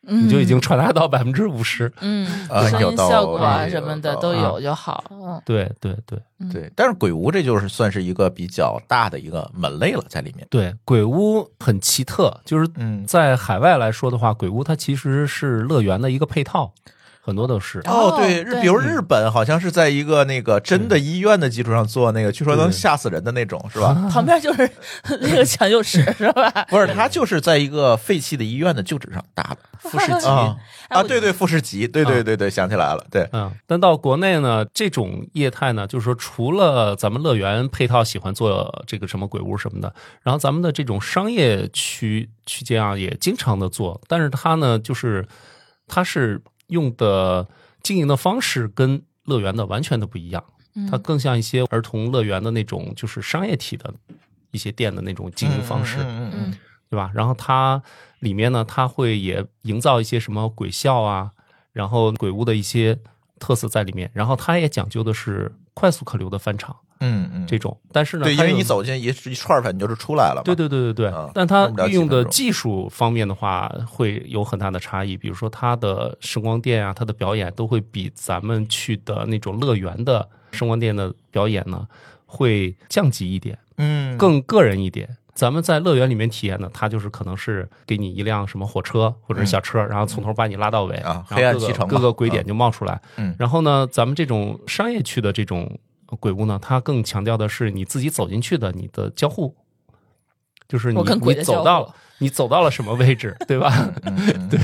Speaker 2: 你
Speaker 4: 你
Speaker 2: 就已经传达到百分之五十。
Speaker 4: 嗯
Speaker 3: 啊
Speaker 4: 声
Speaker 3: 有
Speaker 4: 音
Speaker 3: 道
Speaker 4: 效果啊
Speaker 3: 理
Speaker 4: 什么的
Speaker 3: 有道
Speaker 4: 都
Speaker 2: 理
Speaker 4: 有就好。嗯
Speaker 2: <laughs>
Speaker 4: <laughs>
Speaker 2: 对对对
Speaker 4: 嗯
Speaker 3: 对，但是鬼屋这就是算是一个比较大的一个门类了，在里面。
Speaker 2: 对，鬼屋很奇特，就是
Speaker 3: 嗯
Speaker 2: 在海外来说的话，鬼屋它其实是乐园的一个配套，很多都是。
Speaker 4: 哦
Speaker 3: 哦，对，日
Speaker 4: 对
Speaker 3: 比如日本好像是在一个那个真的医院的基础上做那个，据说能
Speaker 2: 对
Speaker 3: 吓死人的那种，是吧？
Speaker 4: 旁边就是那个抢
Speaker 3: <laughs>
Speaker 4: 救室是吧？
Speaker 3: 不是，他就是在一个废弃的医院的旧址上搭的
Speaker 2: 富士急
Speaker 3: 啊
Speaker 4: <laughs> 哎
Speaker 3: 啊，
Speaker 4: 我
Speaker 3: 对对，富士急，对对对对，想起来了，对，
Speaker 2: 嗯，但到国内呢，这种业态呢，就是说，除了咱们乐园配套喜欢做这个什么鬼屋什么的，然后咱们的这种商业区区间啊，也经常的做，但是它呢，就是它是用的经营的方式跟乐园的完全的不一样，它
Speaker 4: 嗯
Speaker 2: 更像一些儿童乐园的那种，就是商业体的一些店的那种经营方式。
Speaker 3: 嗯嗯
Speaker 4: 嗯
Speaker 2: 对吧？然后它里面呢，它会也营造一些什么鬼笑啊，然后鬼屋的一些特色在里面。然后它也讲究的是快速可流的翻场
Speaker 3: 嗯嗯，
Speaker 2: 这种，但是呢，
Speaker 3: 对，因
Speaker 2: 它
Speaker 3: 为
Speaker 2: 又
Speaker 3: 你，走进一一串儿，反正就是出来了嘛，
Speaker 2: 对对对对对。
Speaker 3: 啊
Speaker 2: 但它
Speaker 3: 用不了
Speaker 2: 运
Speaker 3: 几
Speaker 2: 用的
Speaker 3: 分钟
Speaker 2: 技术方面的话，会有很大的差异。比如说它的声光电啊，它的表演都会比咱们去的那种乐园的声光电的表演呢，会降级一点。
Speaker 3: 嗯，
Speaker 2: 更个人一点。咱们在乐园里面体验呢，它就是可能是给你一辆什么火车或者是小车，然后从头把你拉到尾
Speaker 3: 嗯啊
Speaker 2: 然后
Speaker 3: 黑暗
Speaker 2: 各个
Speaker 3: 骑乘嘛
Speaker 2: 各个鬼点
Speaker 3: 嗯
Speaker 2: 就冒出来。
Speaker 3: 嗯
Speaker 2: 然后呢，咱们这种商业区的这种鬼屋呢，它更强调的是你自己走进去的你的交互，就是你
Speaker 4: 我跟
Speaker 2: 你
Speaker 4: 鬼的交
Speaker 2: 走
Speaker 4: 互
Speaker 2: 到了你走到了什么位置，对吧？ <laughs> 对。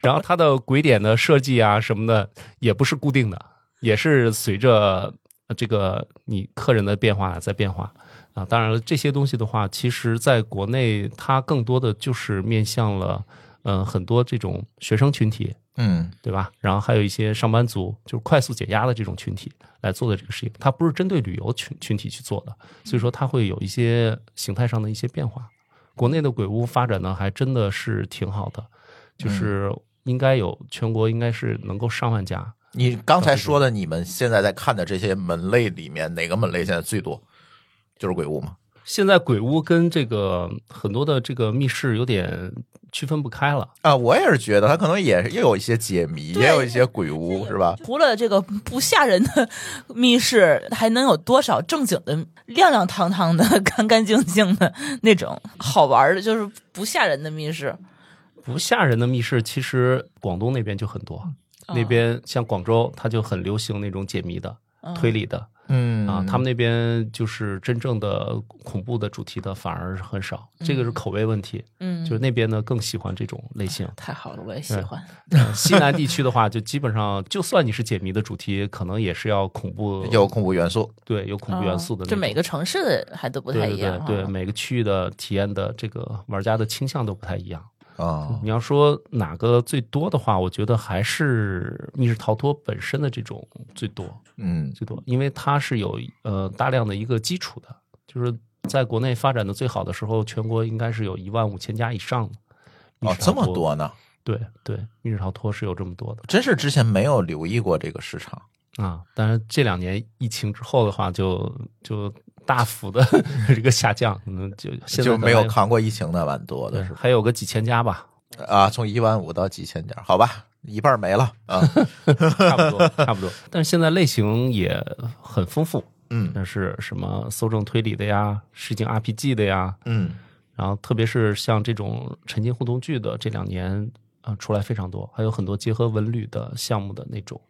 Speaker 2: 然后它的鬼点的设计啊什么的也不是固定的，也是随着呃这个你客人的变化在变化啊。当然了，这些东西的话，其实在国内它更多的就是面向了嗯、呃很多这种学生群体，
Speaker 3: 嗯
Speaker 2: 对吧？然后还有一些上班族，就是快速解压的这种群体来做的这个事情，它不是针对旅游群群体去做的，所以说它会有一些形态上的一些变化。国内的鬼屋发展呢，还真的是挺好的，就是应该有全国应该是能够上万家。
Speaker 3: 你刚才说的，你们现在在看的这些门类里面，哪个门类现在最多？就是鬼屋嘛。
Speaker 2: 现在鬼屋跟这个很多的这个密室有点区分不开了，
Speaker 3: 啊，我也是觉得它可能也是也有一些解谜，
Speaker 4: 对
Speaker 3: 也有一些鬼屋，是吧？
Speaker 4: 除了这个不吓人的密室，还能有多少正经的、亮亮堂堂的、干干净净的那种好玩的，就是不吓人的密室？
Speaker 2: 不吓人的密室，其实广东那边就很多，那边像广州，它就很流行那种解谜的、推理的，
Speaker 3: 嗯
Speaker 2: 啊，他们那边就是真正的恐怖的主题的反而是很少，这个是口味问题，
Speaker 4: 嗯，
Speaker 2: 就是那边呢更喜欢这种类型。
Speaker 4: 太好了，我也喜
Speaker 2: 嗯
Speaker 4: 欢。
Speaker 2: 呃西南地区的话，就基本上就算你是解谜的主题，可能也是要恐怖，
Speaker 3: 有恐怖元素，
Speaker 2: 对有恐怖元素的那
Speaker 4: 就
Speaker 2: 种。
Speaker 4: 啊哦每个城市的还都不太
Speaker 2: 对
Speaker 4: 一
Speaker 2: 对
Speaker 4: 样啊。
Speaker 2: 对对，每个区域的体验的这个玩家的倾向都不太一样。
Speaker 3: 啊
Speaker 2: 你要说哪个最多的话，我觉得还是密室逃脱本身的这种最多。
Speaker 3: 嗯
Speaker 2: 最多，因为它是有呃大量的一个基础的，就是在国内发展的最好的时候，全国应该是有一万五千家以上的。密
Speaker 3: 哦
Speaker 2: 室，逃
Speaker 3: 这么
Speaker 2: 脱
Speaker 3: 多呢，
Speaker 2: 对对，密室逃脱是有这么多的
Speaker 3: 真是之前没有留意过这个市场。
Speaker 2: 啊。但是这两年疫情之后的话就，就大幅的 <laughs> 这个下降，可能就现在
Speaker 3: 就
Speaker 2: 可能
Speaker 3: 没
Speaker 2: 还
Speaker 3: 有扛过疫情的蛮多
Speaker 2: 对，
Speaker 3: 的是吧
Speaker 2: 还有个几千家吧，
Speaker 3: 啊，从一万五到几千点儿，好吧，一半儿没了 <laughs> 啊。
Speaker 2: 差不多差不多。但是现在类型也很丰富，
Speaker 3: 嗯
Speaker 2: 像是什么搜证推理的呀，实景 RPG 的呀，
Speaker 3: 嗯
Speaker 2: 然后特别是像这种沉浸互动剧的，这两年啊、呃出来非常多，还有很多结合文旅的项目的那种，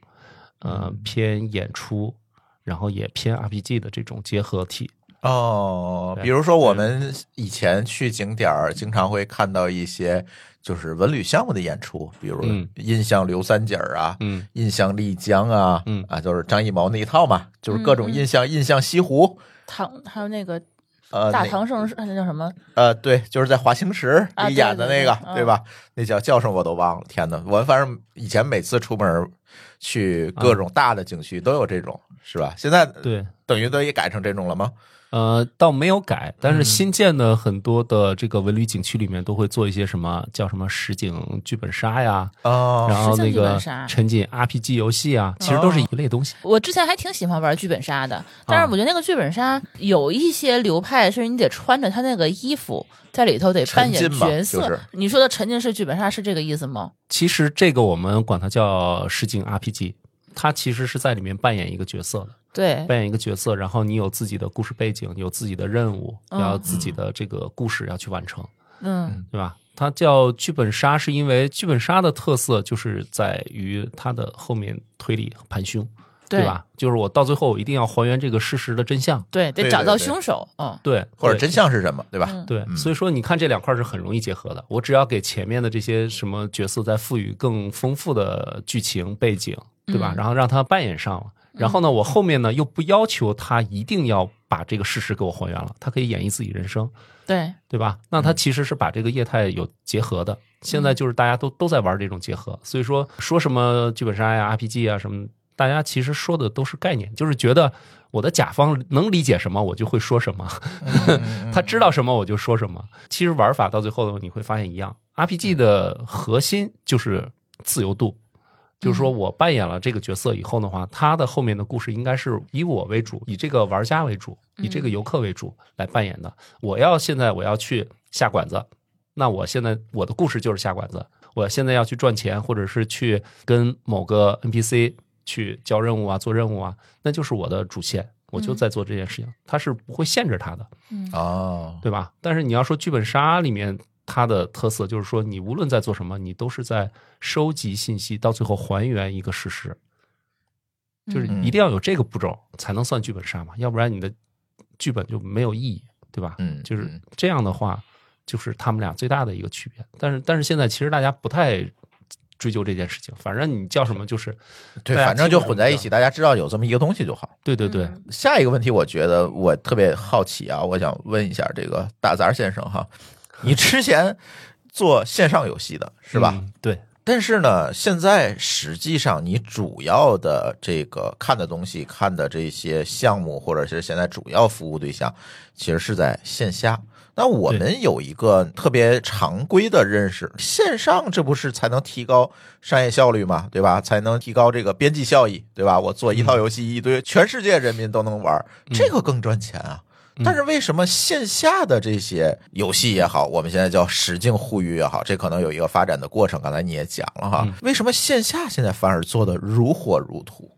Speaker 2: 呃，偏演出，然后也偏 RPG 的这种结合体。
Speaker 3: 哦，比如说我们以前去景点儿，经常会看到一些就是文旅项目的演出，比如
Speaker 2: 嗯
Speaker 3: 印象刘三姐儿啊，
Speaker 2: 嗯
Speaker 3: 印象丽江啊，
Speaker 2: 嗯
Speaker 3: 啊，就是张艺谋那一套嘛，就是各种
Speaker 4: 嗯嗯
Speaker 3: 印象，印象西湖，
Speaker 4: 唐还有那个
Speaker 2: 啊
Speaker 3: 呃，
Speaker 4: 大
Speaker 3: 那
Speaker 4: 唐盛世，那叫什么？
Speaker 3: 呃，对，就是在华清池
Speaker 4: 啊
Speaker 3: 里演的那
Speaker 4: 对对
Speaker 3: 个，
Speaker 4: 对
Speaker 3: 吧？那叫叫什么我都忘了。天哪，我反正以前每次出门去各种大的景区都有这种，是吧？现在
Speaker 2: 啊对，
Speaker 3: 等于都也改成这种了吗？
Speaker 2: 呃，倒没有改，但是新建的很多的这个文旅景区里面都会做一些什么叫什么实景剧本杀呀，
Speaker 3: 哦，
Speaker 2: 然后
Speaker 4: 实景
Speaker 2: 那
Speaker 4: 剧本
Speaker 2: 个
Speaker 4: 杀哦
Speaker 2: 沉浸 RPG 游戏啊，其实都是一类东西。
Speaker 4: 我之前还挺喜欢玩剧本杀的，但
Speaker 3: 啊
Speaker 4: 是我觉得那个剧本杀有一些流派是你得穿着他那个衣服在里头得扮演
Speaker 3: 沉浸吧
Speaker 4: 角色。
Speaker 3: 就是
Speaker 4: 你说的沉浸式剧本杀是这个意思吗？
Speaker 2: 其实这个我们管它叫实景 RPG，它其实是在里面扮演一个角色的。
Speaker 4: 对，
Speaker 2: 扮演一个角色，然后你有自己的故事背景，有自己的任务，
Speaker 4: 嗯
Speaker 2: 要有自己的这个故事要去完成，
Speaker 4: 嗯
Speaker 2: 对吧？它叫剧本杀，是因为剧本杀的特色就是在于它的后面推理和盘凶，对
Speaker 4: 对
Speaker 2: 吧？就是我到最后我一定要还原这个事实的真相，
Speaker 4: 对，
Speaker 3: 对
Speaker 4: 得找到
Speaker 3: 对对
Speaker 4: 凶手。嗯，
Speaker 2: 对，
Speaker 3: 或者
Speaker 2: 对
Speaker 3: 真相是什么，对吧？
Speaker 4: 嗯
Speaker 2: 对，
Speaker 3: 嗯
Speaker 2: 所以说你看这两块是很容易结合的。我只要给前面的这些什么角色再赋予更丰富的剧情背景，对吧？
Speaker 4: 嗯
Speaker 2: 然后让他扮演上了。然后呢，我后面呢又不要求他一定要把这个事实给我还原了，他可以演绎自己人生，
Speaker 4: 对，
Speaker 2: 对吧？那
Speaker 4: 嗯
Speaker 2: 他其实是把这个业态有结合的。现在就是大家都都在玩这种结合，所以说说什么剧本杀呀、RPG 啊什么，大家其实说的都是概念，就是觉得我的甲方能理解什么，我就会说什么。
Speaker 3: 嗯
Speaker 2: 他知道什么我就说什么。其实玩法到最后你会发现一样，RPG 的核心就是自由度，就是说我扮演了这个角色以后的话，他的后面的故事应该是以我为主，以这个玩家为主，以这个游客为主来扮演的。我要现在我要去下馆子，那我现在我的故事就是下馆子，我现在要去赚钱，或者是去跟某个 NPC 去交任务啊、做任务啊，那就是我的主线。我就在做这件事情，他是不会限制他的。
Speaker 4: 嗯
Speaker 3: 哦，
Speaker 2: 对吧？但是你要说剧本杀里面它的特色，就是说你无论在做什么，你都是在收集信息，到最后还原一个事实，就是
Speaker 3: 嗯
Speaker 2: 一定要有这个步骤才能算剧本杀嘛，要不然你的剧本就没有意义，对吧？
Speaker 3: 嗯
Speaker 2: 就是
Speaker 3: 嗯
Speaker 2: 这样的话，就是他们俩最大的一个区别。但是但是现在其实大家不太。追究这件事情，反正你叫什么就是，
Speaker 3: 对，
Speaker 2: 大家
Speaker 3: 反正就混在一起，大家知道有这么一个东西就好。
Speaker 2: 对对对，
Speaker 4: 嗯
Speaker 3: 下一个问题，我觉得我特别好奇啊，我想问一下这个打杂先生哈，你之前做线上游戏的是吧？
Speaker 2: 嗯对，
Speaker 3: 但是呢，现在实际上你主要的这个看的东西、看的这些项目，或者是现在主要服务对象，其实是在线下。那我们有一个特别常规的认识，线上这不是才能提高商业效率嘛，对吧？才能提高这个边际效益，对吧？我做一套游戏，一堆全世界人民都能玩，这个更赚钱啊。但是为什么线下的这些游戏也好，我们现在叫实境互娱也好，这可能有一个发展的过程，刚才你也讲了哈
Speaker 2: 嗯，
Speaker 3: 为什么线下现在反而做的如火如荼？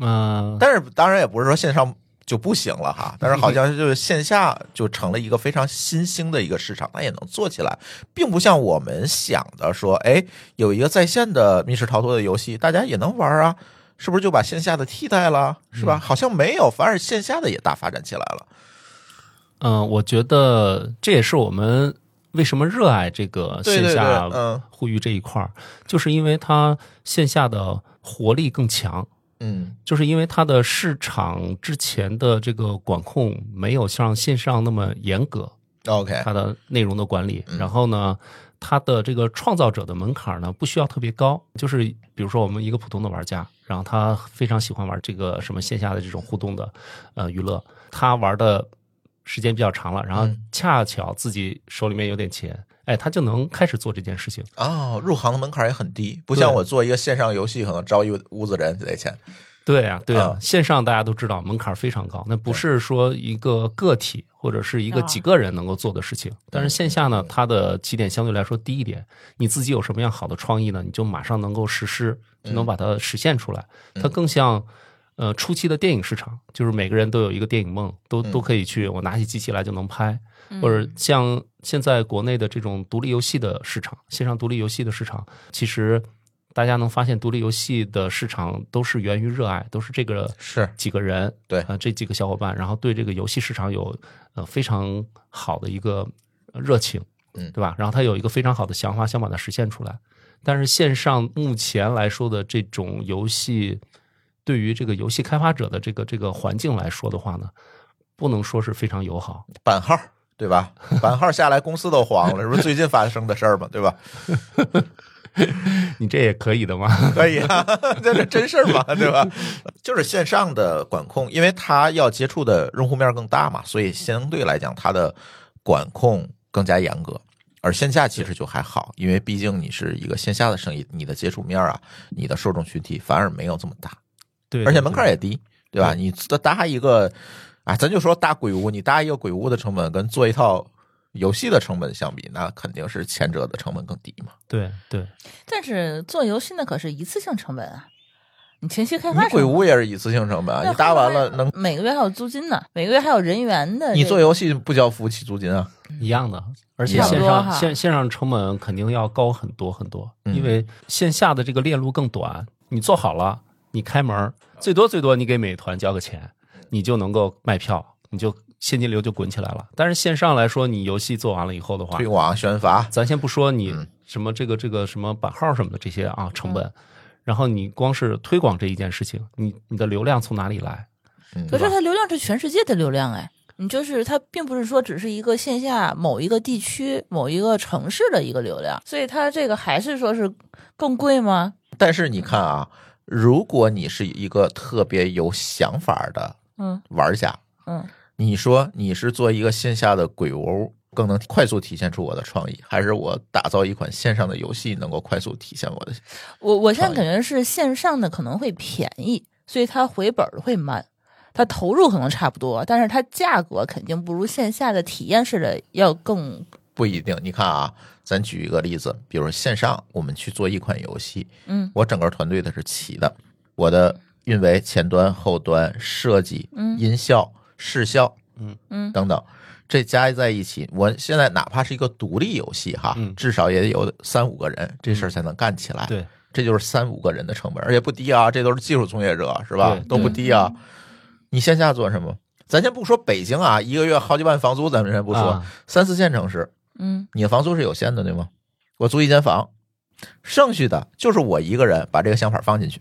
Speaker 2: 嗯、
Speaker 3: 但是当然也不是说线上就不行了哈，但是好像就是线下就成了一个非常新兴的一个市场，它也能做起来，并不像我们想的说，哎，有一个在线的密室逃脱的游戏，大家也能玩啊。是不是就把线下的替代了？是吧？好像没有，反而线下的也大发展起来了。
Speaker 2: 嗯，我觉得这也是我们为什么热爱这个
Speaker 3: 对
Speaker 2: 线
Speaker 3: 对对
Speaker 2: 下
Speaker 3: 嗯
Speaker 2: 互娱这一块儿，就是因为它线下的活力更强，
Speaker 3: 嗯，
Speaker 2: 就是因为它的市场之前的这个管控没有像线上那么严格，
Speaker 3: OK，
Speaker 2: 它的内容的管理
Speaker 3: 嗯，
Speaker 2: 然后呢。它的这个创造者的门槛呢，不需要特别高，就是比如说我们一个普通的玩家，然后他非常喜欢玩这个什么线下的这种互动的呃娱乐，他玩的时间比较长了，然后
Speaker 3: 嗯
Speaker 2: 恰巧自己手里面有点钱，哎，他就能开始做这件事情。
Speaker 3: 哦，入行的门槛也很低，不像
Speaker 2: 对
Speaker 3: 我做一个线上游戏，可能招一屋子人得钱。
Speaker 2: 对啊，对啊
Speaker 3: 啊，
Speaker 2: 线上大家都知道门槛非常高，那不是说一个个体或者是一个
Speaker 4: 啊
Speaker 2: 几个人能够做的事情。但是线下呢，它的起点相对来说低一点，你自己有什么样好的创意呢，你就马上能够实施，就能把它实现出来。它更像。呃，初期的电影市场就是每个人都有一个电影梦，都都可以去，我拿起机器来就能拍，或者像现在国内的这种独立游戏的市场，线上独立游戏的市场，其实大家能发现，独立游戏的市场都是源于热爱，都是这个
Speaker 3: 是
Speaker 2: 几个人
Speaker 3: 对
Speaker 2: 啊、呃这几个小伙伴，然后对这个游戏市场有呃非常好的一个呃热情，
Speaker 3: 嗯
Speaker 2: 对吧？然后他有一个非常好的想法，想把它实现出来。但是线上目前来说的这种游戏，对于这个游戏开发者的这个这个环境来说的话呢，不能说是非常友好。
Speaker 3: 版号对吧？版号下来，公司都黄了，这不是最近发生的事儿吗？对吧？
Speaker 2: 你这也可以的吗？ <laughs>
Speaker 3: 可以啊， <laughs> 这是真事儿嘛，对吧？ <laughs> 就是线上的管控，因为它要接触的用户面更大嘛，所以相对来讲，它的管控更加严格。而线下其实就还好，因为毕竟你是一个线下的生意，你的接触面啊，你的受众群体反而没有这么大。
Speaker 2: 对，
Speaker 3: 而且门槛
Speaker 2: 也
Speaker 3: 也低，对吧？你搭一个，啊，咱就说搭鬼屋，你搭一个鬼屋的成本跟做一套游戏的成本相比，那肯定是前者的成本更低嘛。
Speaker 2: 对对，
Speaker 4: 但是做游戏那可是一次性成本啊，你前期开
Speaker 3: 你
Speaker 4: 发
Speaker 3: 鬼
Speaker 4: 成本
Speaker 3: 屋也是一次性成本啊，
Speaker 4: 那
Speaker 3: 你搭完了能，
Speaker 4: 每个月还有租金呢，每个月还有人员的这个。
Speaker 3: 你做游戏不交服务器租金啊？
Speaker 2: 一样的。而且
Speaker 3: 差不
Speaker 2: 线
Speaker 4: 多
Speaker 2: 上
Speaker 4: 哈
Speaker 2: 线线上成本肯定要高很多很多，
Speaker 3: 嗯
Speaker 2: 因为线下的这个链路更短。你做好了，你开门儿，最多最多你给美团交个钱，你就能够卖票，你就现金流就滚起来了。但是线上来说，你游戏做完了以后的话
Speaker 3: 推，广啊宣发，
Speaker 2: 咱先不说你
Speaker 3: 嗯
Speaker 2: 什么这个这个什么版号什么的这些啊成本，然后你光是推广这一件事情，你你的流量从哪里来？
Speaker 3: 嗯
Speaker 2: 对
Speaker 4: 可是
Speaker 2: 吧
Speaker 4: 它流量是全世界的流量哎，你就是它并不是说只是一个线下某一个地区、某一个城市的一个流量，所以它这个还是说是更贵吗？
Speaker 3: 但是你看啊，如果你是一个特别有想法的
Speaker 4: 嗯
Speaker 3: 玩家，
Speaker 4: 嗯，
Speaker 3: 你说你是做一个线下的鬼屋，更能快速体现出我的创意，还是我打造一款线上的游戏能够快速体现我的？
Speaker 4: 我我现在
Speaker 3: 好
Speaker 4: 感觉是线上的可能会便宜，所以它回本儿会慢。它投入可能差不多，但是它价格肯定不如线下的体验式的要更
Speaker 3: 不一定。你看啊，咱举一个例子，比如线上我们去做一款游戏，
Speaker 4: 嗯
Speaker 3: 我整个团队的是齐的，我的运维、前端、后端、设计、
Speaker 4: 嗯
Speaker 3: 音效、视效
Speaker 4: 嗯
Speaker 3: 等等。这加在一起，我现在哪怕是一个独立游戏哈，
Speaker 2: 嗯
Speaker 3: 至少也得有三五个人，这事儿才能干起来。
Speaker 2: 对，
Speaker 3: 这就是三五个人的成本，而且不低啊，这都是技术从业者是吧
Speaker 2: 对？
Speaker 3: 都不低啊。你线下做什么？咱先不说北京啊，一个月好几万房租，咱们先不说，
Speaker 2: 啊
Speaker 3: 三四线城市，
Speaker 4: 嗯
Speaker 3: 你的房租是有限的，对吗？我租一间房，剩下的就是我一个人把这个想法放进去，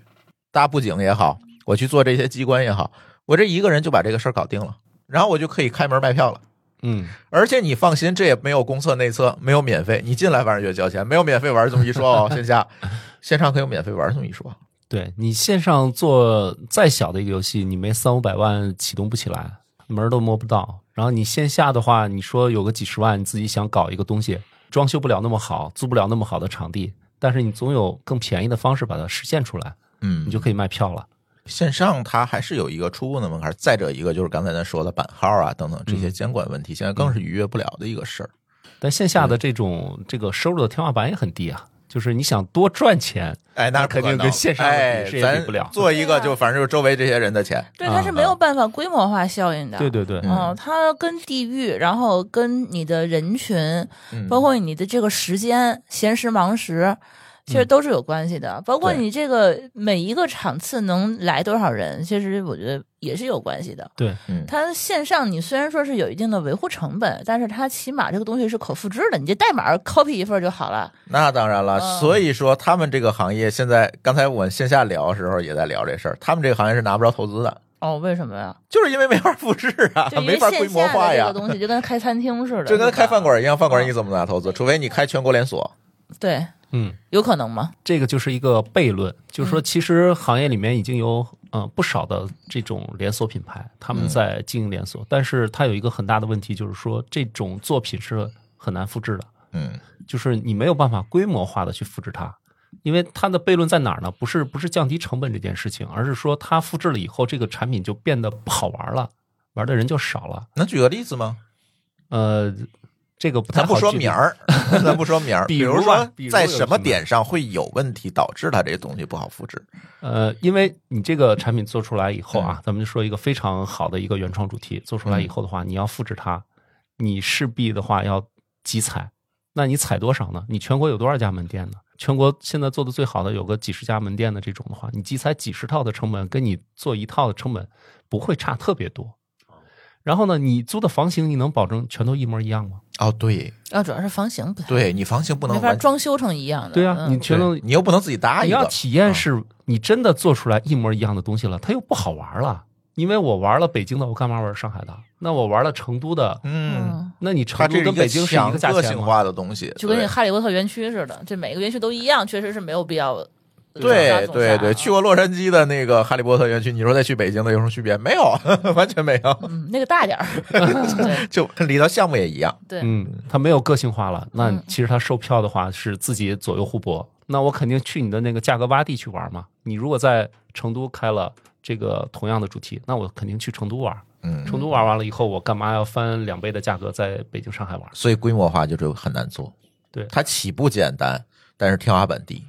Speaker 3: 搭布景也好，我去做这些机关也好，我这一个人就把这个事儿搞定了，然后我就可以开门卖票了。
Speaker 2: 嗯，
Speaker 3: 而且你放心，这也没有公测内测，没有免费，你进来反正就交钱，没有免费玩这么一说哦。线下、线上可有免费玩这么一说，
Speaker 2: 对你线上做再小的一个游戏，你没三五百万启动不起来，门儿都摸不到。然后你线下的话，你说有个几十万，你自己想搞一个东西，装修不了那么好，租不了那么好的场地，但是你总有更便宜的方式把它实现出来，
Speaker 3: 嗯
Speaker 2: 你就可以卖票了。
Speaker 3: 线上它还是有一个初步的门槛，再者一个就是刚才咱说的版号啊等等这
Speaker 2: 嗯
Speaker 3: 些监管问题，现在更是逾越不了的一个事儿。
Speaker 2: 但线下的这种这个收入的天花板也很低啊，就是你想多赚钱，
Speaker 3: 哎，
Speaker 2: 那
Speaker 3: 那
Speaker 2: 肯定跟线上的比是也比
Speaker 3: 哎咱
Speaker 2: 不了
Speaker 3: 做一个
Speaker 4: 对啊
Speaker 3: 就反正就是周围这些人的钱，
Speaker 4: 对，它是没有办法规模化效应的。
Speaker 2: 啊对对对，
Speaker 3: 嗯
Speaker 4: 嗯，它跟地域，然后跟你的人群，
Speaker 3: 嗯
Speaker 4: 包括你的这个时间，闲时忙时，
Speaker 3: 嗯
Speaker 4: 其实都是有关系的。包括你这个每一个场次能来多少人，其实我觉得也是有关系的。
Speaker 2: 对，
Speaker 3: 嗯，
Speaker 4: 它线上你虽然说是有一定的维护成本，但是它起码这个东西是可复制的，你这代码 copy 一份就好了。
Speaker 3: 那当然了，
Speaker 4: 嗯
Speaker 3: 所以说他们这个行业现在，刚才我线下聊的时候也在聊这事儿，他们这个行业是拿不着投资的，
Speaker 4: 哦，为什么呀？
Speaker 3: 就是因为没法复制啊
Speaker 4: 就，因
Speaker 3: 没
Speaker 4: 为
Speaker 3: 法规
Speaker 4: 线
Speaker 3: 模
Speaker 4: 下
Speaker 3: 化
Speaker 4: 的这
Speaker 3: 呀
Speaker 4: 个，东西就跟开餐厅似
Speaker 3: <laughs>
Speaker 4: 的，
Speaker 3: 就跟
Speaker 4: 是吧
Speaker 3: 开饭馆一样，饭馆你怎么拿投资？除非你开全国连锁，
Speaker 4: 对，
Speaker 2: 嗯，
Speaker 4: 有可能吗？
Speaker 2: 这个就是一个悖论，就是说，其实行业里面已经有呃不少的这种连锁品牌，他
Speaker 3: 嗯
Speaker 2: 们在经营连锁，但是它有一个很大的问题，就是说这种作品是很难复制的，
Speaker 3: 嗯
Speaker 2: 就是你没有办法规模化的去复制它，因为它的悖论在哪儿呢？不是不是降低成本这件事情，而是说它复制了以后，这个产品就变得不好玩了，玩的人就少了。
Speaker 3: 能举个例子吗？
Speaker 2: 呃，这个不太
Speaker 3: 咱
Speaker 2: 好
Speaker 3: 不说
Speaker 2: 举例
Speaker 3: 名儿， <laughs> 咱不说名儿，
Speaker 2: <laughs> 比
Speaker 3: 比
Speaker 2: 如吧
Speaker 3: 说
Speaker 2: 比如
Speaker 3: 在
Speaker 2: 有
Speaker 3: 什
Speaker 2: 什
Speaker 3: 么
Speaker 2: 么
Speaker 3: 点上会有问题导致它这个东西不好复制？
Speaker 2: 呃，因为你这个产品做出来以后啊，咱们就说一个非常好的一个原创主题，做出来以后的话，你要复制它，你势必的话要集采。那你采多少呢？你全国有多少家门店呢？全国现在做的最好的有个几十家门店的这种的话，你集采几十套的成本，跟你做一套的成本不会差特别多。然后呢，你租的房型你能保证全都一模一样吗？
Speaker 3: 哦，对，
Speaker 4: 啊，主要是房型不太，
Speaker 3: 对你房型不能
Speaker 4: 没法
Speaker 3: 完，
Speaker 4: 装修成一样的。
Speaker 2: 对啊，
Speaker 4: 嗯
Speaker 2: 你全都
Speaker 3: 对你又不能自己搭一
Speaker 2: 你要
Speaker 3: 个，
Speaker 2: 体验是你真的做出来一模一样的东西了，它又不好玩了。因为我玩了北京的，我干嘛玩上海的？那我玩了成都的，
Speaker 3: 嗯，
Speaker 4: 嗯，
Speaker 2: 那你
Speaker 3: 它
Speaker 2: 成
Speaker 3: 这
Speaker 2: 都
Speaker 3: 是
Speaker 2: 跟北京是一
Speaker 3: 强
Speaker 2: 个价
Speaker 3: 个
Speaker 2: 钱
Speaker 3: 性
Speaker 2: 吗？
Speaker 3: 化的东西，
Speaker 4: 就跟那
Speaker 3: 对
Speaker 4: 个哈利波特园区似的，这每个园区都一样，确实是没有必要。
Speaker 3: 对对对，去
Speaker 4: 过。
Speaker 3: 过洛杉矶的那个哈利波特园区，你说再去北京的有什么区别？没有， <laughs> 完全没有。
Speaker 4: 嗯，那个大
Speaker 3: <laughs>
Speaker 4: 点儿。对
Speaker 3: 就里头项目也一样，
Speaker 4: 对，
Speaker 2: 嗯，它没有个性化了。那
Speaker 4: 嗯
Speaker 2: 其实它售票的话是自己左右互搏。那我肯定去你的那个价格洼地去玩嘛。你如果在成都开了这个同样的主题，那我肯定去成都玩。
Speaker 3: 嗯，
Speaker 2: 成都玩完了以后，我干嘛要翻两倍的价格在北京、上海玩？
Speaker 3: 所以规模化就就很难做。
Speaker 2: 对
Speaker 3: 它起步简单，但是天花板低。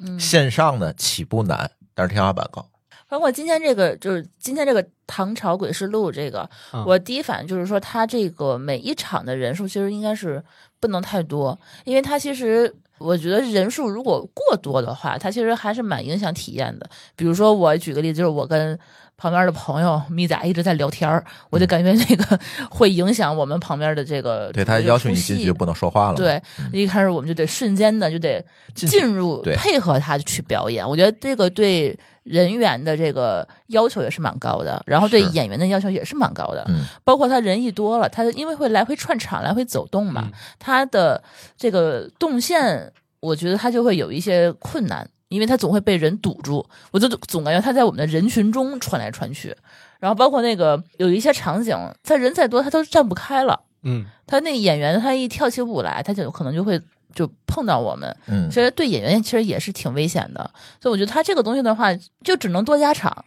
Speaker 4: 嗯
Speaker 3: 线上呢起步难，但是天花板高。
Speaker 4: 包括今天这个，就是今天这个《唐朝诡事录》这个，
Speaker 2: 嗯
Speaker 4: 我第一反应就是说，它这个每一场的人数其实应该是不能太多，因为它其实我觉得人数如果过多的话，它其实还是蛮影响体验的。比如说，我举个例子，就是我跟旁边的朋友咪仔一直在聊天儿，我就感觉这个 <laughs> 会影响我们旁边的这个
Speaker 3: 嗯对他要求你进去就
Speaker 4: 不
Speaker 3: 不能说话了。，嗯
Speaker 4: 对，一开始我们就得瞬间的就得
Speaker 3: 进
Speaker 4: 进入
Speaker 3: 对
Speaker 4: 配合他去表演。我觉得这个对人员的这个要求也是蛮高的，然后对
Speaker 3: 是
Speaker 4: 演员的要求也是蛮高的。
Speaker 3: 嗯
Speaker 4: 包括他人一多了，他因为会来回串场、来回走动嘛，
Speaker 2: 嗯
Speaker 4: 他的这个动线，我觉得他就会有一些困难，因为他总会被人堵住。我就总感觉他在我们的人群中穿来穿去，然后包括那个有一些场景，他人再多他都站不开了。
Speaker 2: 嗯，
Speaker 4: 他那个演员他一跳起舞来，他就可能就会就碰到我们，
Speaker 3: 嗯
Speaker 4: 其，实对演员其实也是挺危险的。所以我觉得他这个东西的话，就只能多加场。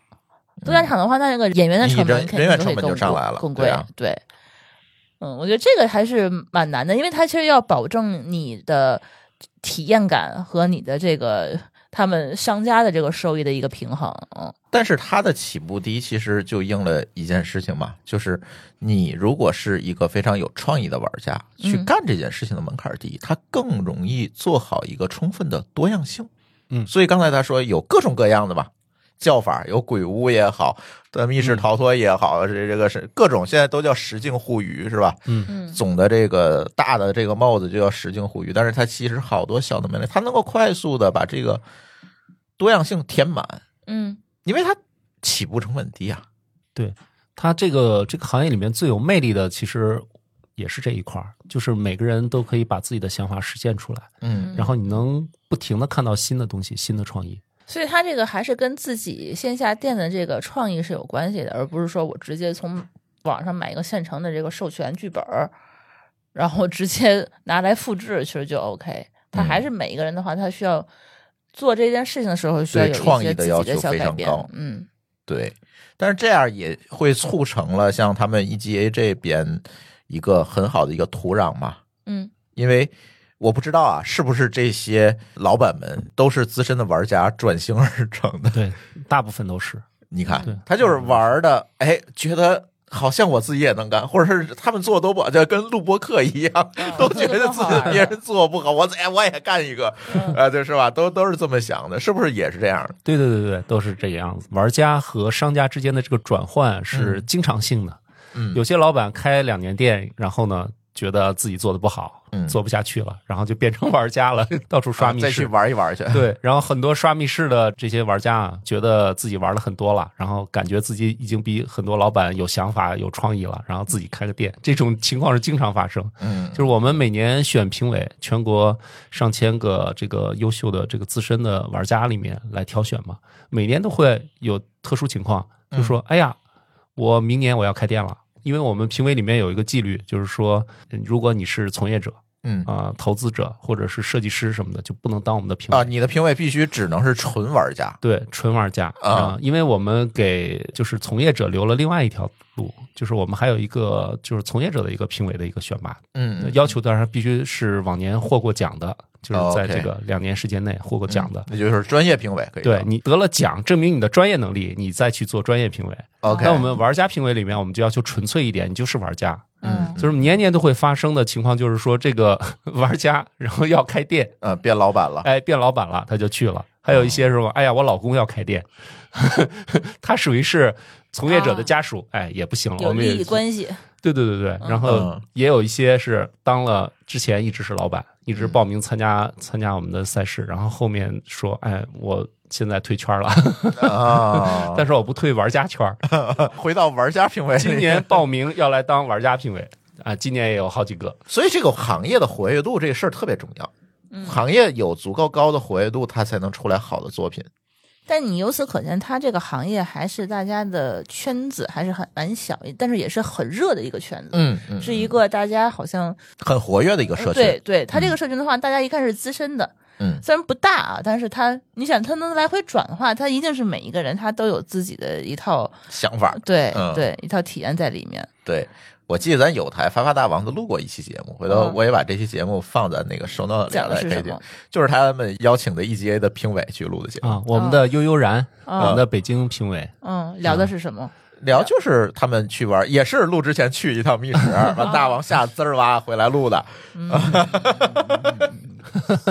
Speaker 4: 多加场的话，那那个演员的
Speaker 3: 嗯你
Speaker 4: 成本
Speaker 3: 人
Speaker 4: 肯
Speaker 3: 人
Speaker 4: 定
Speaker 3: 员
Speaker 4: 就
Speaker 3: 成
Speaker 4: 会
Speaker 3: 本就
Speaker 4: 更
Speaker 3: 上
Speaker 4: 贵
Speaker 3: 来了
Speaker 4: 更
Speaker 3: 对
Speaker 4: 贵
Speaker 3: 啊。
Speaker 4: 对，嗯，我觉得这个还是蛮难的，因为他其实要保证你的体验感和你的这个他们商家的这个收益的一个平衡。嗯，
Speaker 3: 但是它的起步低其实就应了一件事情嘛，就是你如果是一个非常有创意的玩家，去
Speaker 4: 嗯
Speaker 3: 干这件事情的门槛低，它更容易做好一个充分的多样性。
Speaker 2: 嗯
Speaker 3: 所以刚才他说有各种各样的嘛。叫法有鬼屋也好，呃，密室逃脱也好，这这个是各种，现在都叫实境互娱是吧？
Speaker 4: 嗯
Speaker 3: 总的这个大的这个帽子就叫实境互娱，但是它其实好多小的门类，它能够快速的把这个多样性填满，
Speaker 4: 嗯
Speaker 3: 因为它起步成本低啊。
Speaker 2: 它这个这个行业里面最有魅力的，其实也是这一块儿，就是每个人都可以把自己的想法实现出来，
Speaker 3: 嗯
Speaker 2: 然后你能不停的看到新的东西、新的创意。
Speaker 4: 所以他这个还是跟自己线下店的这个创意是有关系的，而不是说我直接从网上买一个现成的这个授权剧本儿，然后直接拿来复制，其实就 OK。他
Speaker 3: 嗯
Speaker 4: 还是每一个人的话，他需要做这件事情的时候需要有
Speaker 3: 对创
Speaker 4: 一
Speaker 3: 意
Speaker 4: 些
Speaker 3: 的
Speaker 4: 自己
Speaker 3: 要
Speaker 4: 的
Speaker 3: 求
Speaker 4: 小
Speaker 3: 非
Speaker 4: 改
Speaker 3: 常
Speaker 4: 变
Speaker 3: 高。
Speaker 4: 嗯
Speaker 3: 对，但是这样也会促成了像他们 EGA 这边一个很好的一个土壤嘛，
Speaker 4: 嗯
Speaker 3: 因为我不知道啊，是不是这些老板们都是资深的玩家转型而成的？
Speaker 2: 对，大部分都是。
Speaker 3: 你看
Speaker 2: 对，
Speaker 3: 他就是玩的，哎，觉得好像我自己也能干，或者是他们做都不好，就跟录播课一样，都觉得自己别人做不好，我哎我也干一个，啊，对，是吧？都都是这么想的，是不是也是这样的？
Speaker 2: 对对对对，都是这个样子。玩家和商家之间的这个转换是经常性的。
Speaker 3: 嗯
Speaker 2: 有些老板开两年店，然后呢，觉得自己做的不好，
Speaker 3: 嗯
Speaker 2: 做不下去了，然后就变成玩家了， <laughs> 到处刷
Speaker 3: 啊
Speaker 2: 密
Speaker 3: 再
Speaker 2: 室。
Speaker 3: 去玩一玩 <laughs> 去，
Speaker 2: 对，然后很多刷密室的这些玩家啊，觉得自己玩了很多了，然后感觉自己已经比很多老板有想法、有创意了，然后自己开个店，这种情况是经常发生。
Speaker 3: 嗯
Speaker 2: 就是我们每年选评委，全国上千个这个优秀的这个资深的玩家里面来挑选嘛，每年都会有特殊情况，就说、哎呀，我明年我要开店了，因为我们评委里面有一个纪律，就是说，嗯如果你是从业者
Speaker 3: 嗯
Speaker 2: 啊、投资者或者是设计师什么的，就不能当我们的评委
Speaker 3: 啊，你的评委必须只能是纯玩家，
Speaker 2: 对，纯玩家
Speaker 3: 啊
Speaker 2: 因为我们给就是从业者留了另外一条路，就是我们还有一个就是从业者的一个评委的一个选拔，
Speaker 3: 嗯，嗯
Speaker 2: 要求当然必须是往年获过奖的，就是
Speaker 3: 哦
Speaker 2: 在
Speaker 3: OK 嗯
Speaker 2: 这个两年时间内获过奖的。
Speaker 3: 那就是专业评委可以说，
Speaker 2: 对你得了奖，证明你的专业能力，你再去做专业评委。
Speaker 3: ，OK，
Speaker 2: 那我们玩家评委里面，我们就要求纯粹一点，你就是玩家。
Speaker 4: 嗯
Speaker 2: 就是年年都会发生的情况，就是说这个 <laughs> 玩家然后要开店，
Speaker 3: 呃变老板
Speaker 2: <laughs>
Speaker 3: 了，
Speaker 2: 哎，变老板了，他就去了。还有一些是吧？哎呀，我老公要开店， <laughs> 他属于是从业者的家属，哎，也不行了。
Speaker 4: 有
Speaker 2: 我们也
Speaker 4: 利益关系，
Speaker 2: 对对对对。然后
Speaker 3: 嗯
Speaker 2: 也有一些是当了之前一直是老板，一直报名参加参加我们的赛事，然后后面说，哎，我现在退圈了，
Speaker 3: 啊，
Speaker 2: <laughs> 但是我不退玩家圈儿，
Speaker 3: 回到玩家评委里，
Speaker 2: 今年报名要来当玩家评委啊，今年也有好几个。
Speaker 3: 所以这个行业的活跃度这个事儿特别重要。
Speaker 4: 嗯
Speaker 3: 行业有足够高的活跃度，它才能出来好的作品。
Speaker 4: 但你由此可见，它这个行业还是大家的圈子还是很蛮小，但是也是很热的一个圈子。
Speaker 3: 嗯嗯，
Speaker 4: 是一个大家好像
Speaker 3: 很活跃的一个社
Speaker 4: 对
Speaker 3: 群。
Speaker 4: 对，它这个社群的话，大家一看是资深的，
Speaker 3: 嗯
Speaker 4: 虽然不大啊，但是它你想它能来回转的话，它一定是每一个人他都有自己的一套
Speaker 3: 想法
Speaker 4: 对、
Speaker 3: 嗯
Speaker 4: 对一套体验在里面。
Speaker 3: 对，我记得咱有台发发大王都录过一期节目，回头
Speaker 4: 嗯
Speaker 3: 我也把这期节目放在那个 show note 里
Speaker 4: 讲的
Speaker 3: 来
Speaker 4: 是
Speaker 3: 可以
Speaker 4: 什么
Speaker 3: 听就是他们邀请的 EGA 的评委去录的节目，
Speaker 2: 啊，我们的悠悠然，
Speaker 4: 啊
Speaker 2: 我们的北京评委，
Speaker 4: 嗯，聊的是什么？
Speaker 3: 聊就是他们去玩，也是录之前去一趟密室，
Speaker 2: <laughs>
Speaker 3: 把大王吓滋儿哇回来录的。
Speaker 2: <laughs>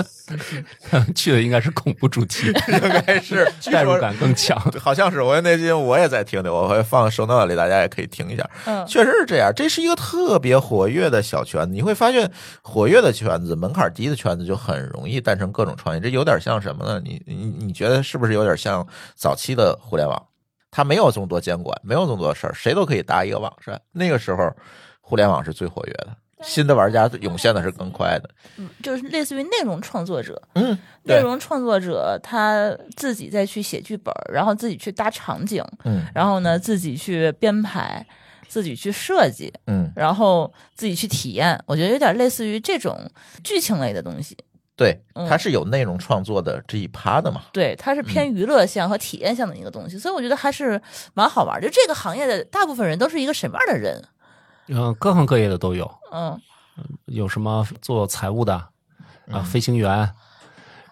Speaker 2: 去的应该是恐怖主题，
Speaker 3: 应该是据
Speaker 2: <laughs> 代入
Speaker 3: 说
Speaker 2: 感更强。 <laughs>
Speaker 3: 好像是我那期我也在听的，我会放 show note 里，大家也可以听一下。
Speaker 4: 嗯
Speaker 3: 确实是这样，这是一个特别活跃的小圈子，你会发现活跃的圈子、门槛低的圈子就很容易诞生各种创业。这有点像什么呢？你你你觉得是不是有点像早期的互联网？它没有这么多监管，没有这么多事儿，谁都可以搭一个网站。那个时候，互联网是最活跃的，新的玩家涌现的是更快的。
Speaker 4: 就是类似于内容创作者，
Speaker 3: 嗯，
Speaker 4: 内
Speaker 3: 对，
Speaker 4: 容创作者他自己再去写剧本，然后自己去搭场景，
Speaker 3: 嗯
Speaker 4: 然后呢自己去编排，自己去设计，
Speaker 3: 嗯，
Speaker 4: 然后自己去体验。我觉得有点类似于这种剧情类的东西，
Speaker 3: 对，
Speaker 4: 嗯
Speaker 3: 它是有内容创作的这一趴的嘛。
Speaker 4: 对，它是
Speaker 2: 嗯
Speaker 4: 偏娱乐向和体验向的一个东西，所以我觉得还是蛮好玩儿。就这个行业的大部分人都是一个什么样的人？
Speaker 2: 嗯，各行各业的都有，
Speaker 4: 嗯，
Speaker 2: 有什么做财务的
Speaker 4: 嗯
Speaker 2: 啊，飞行员，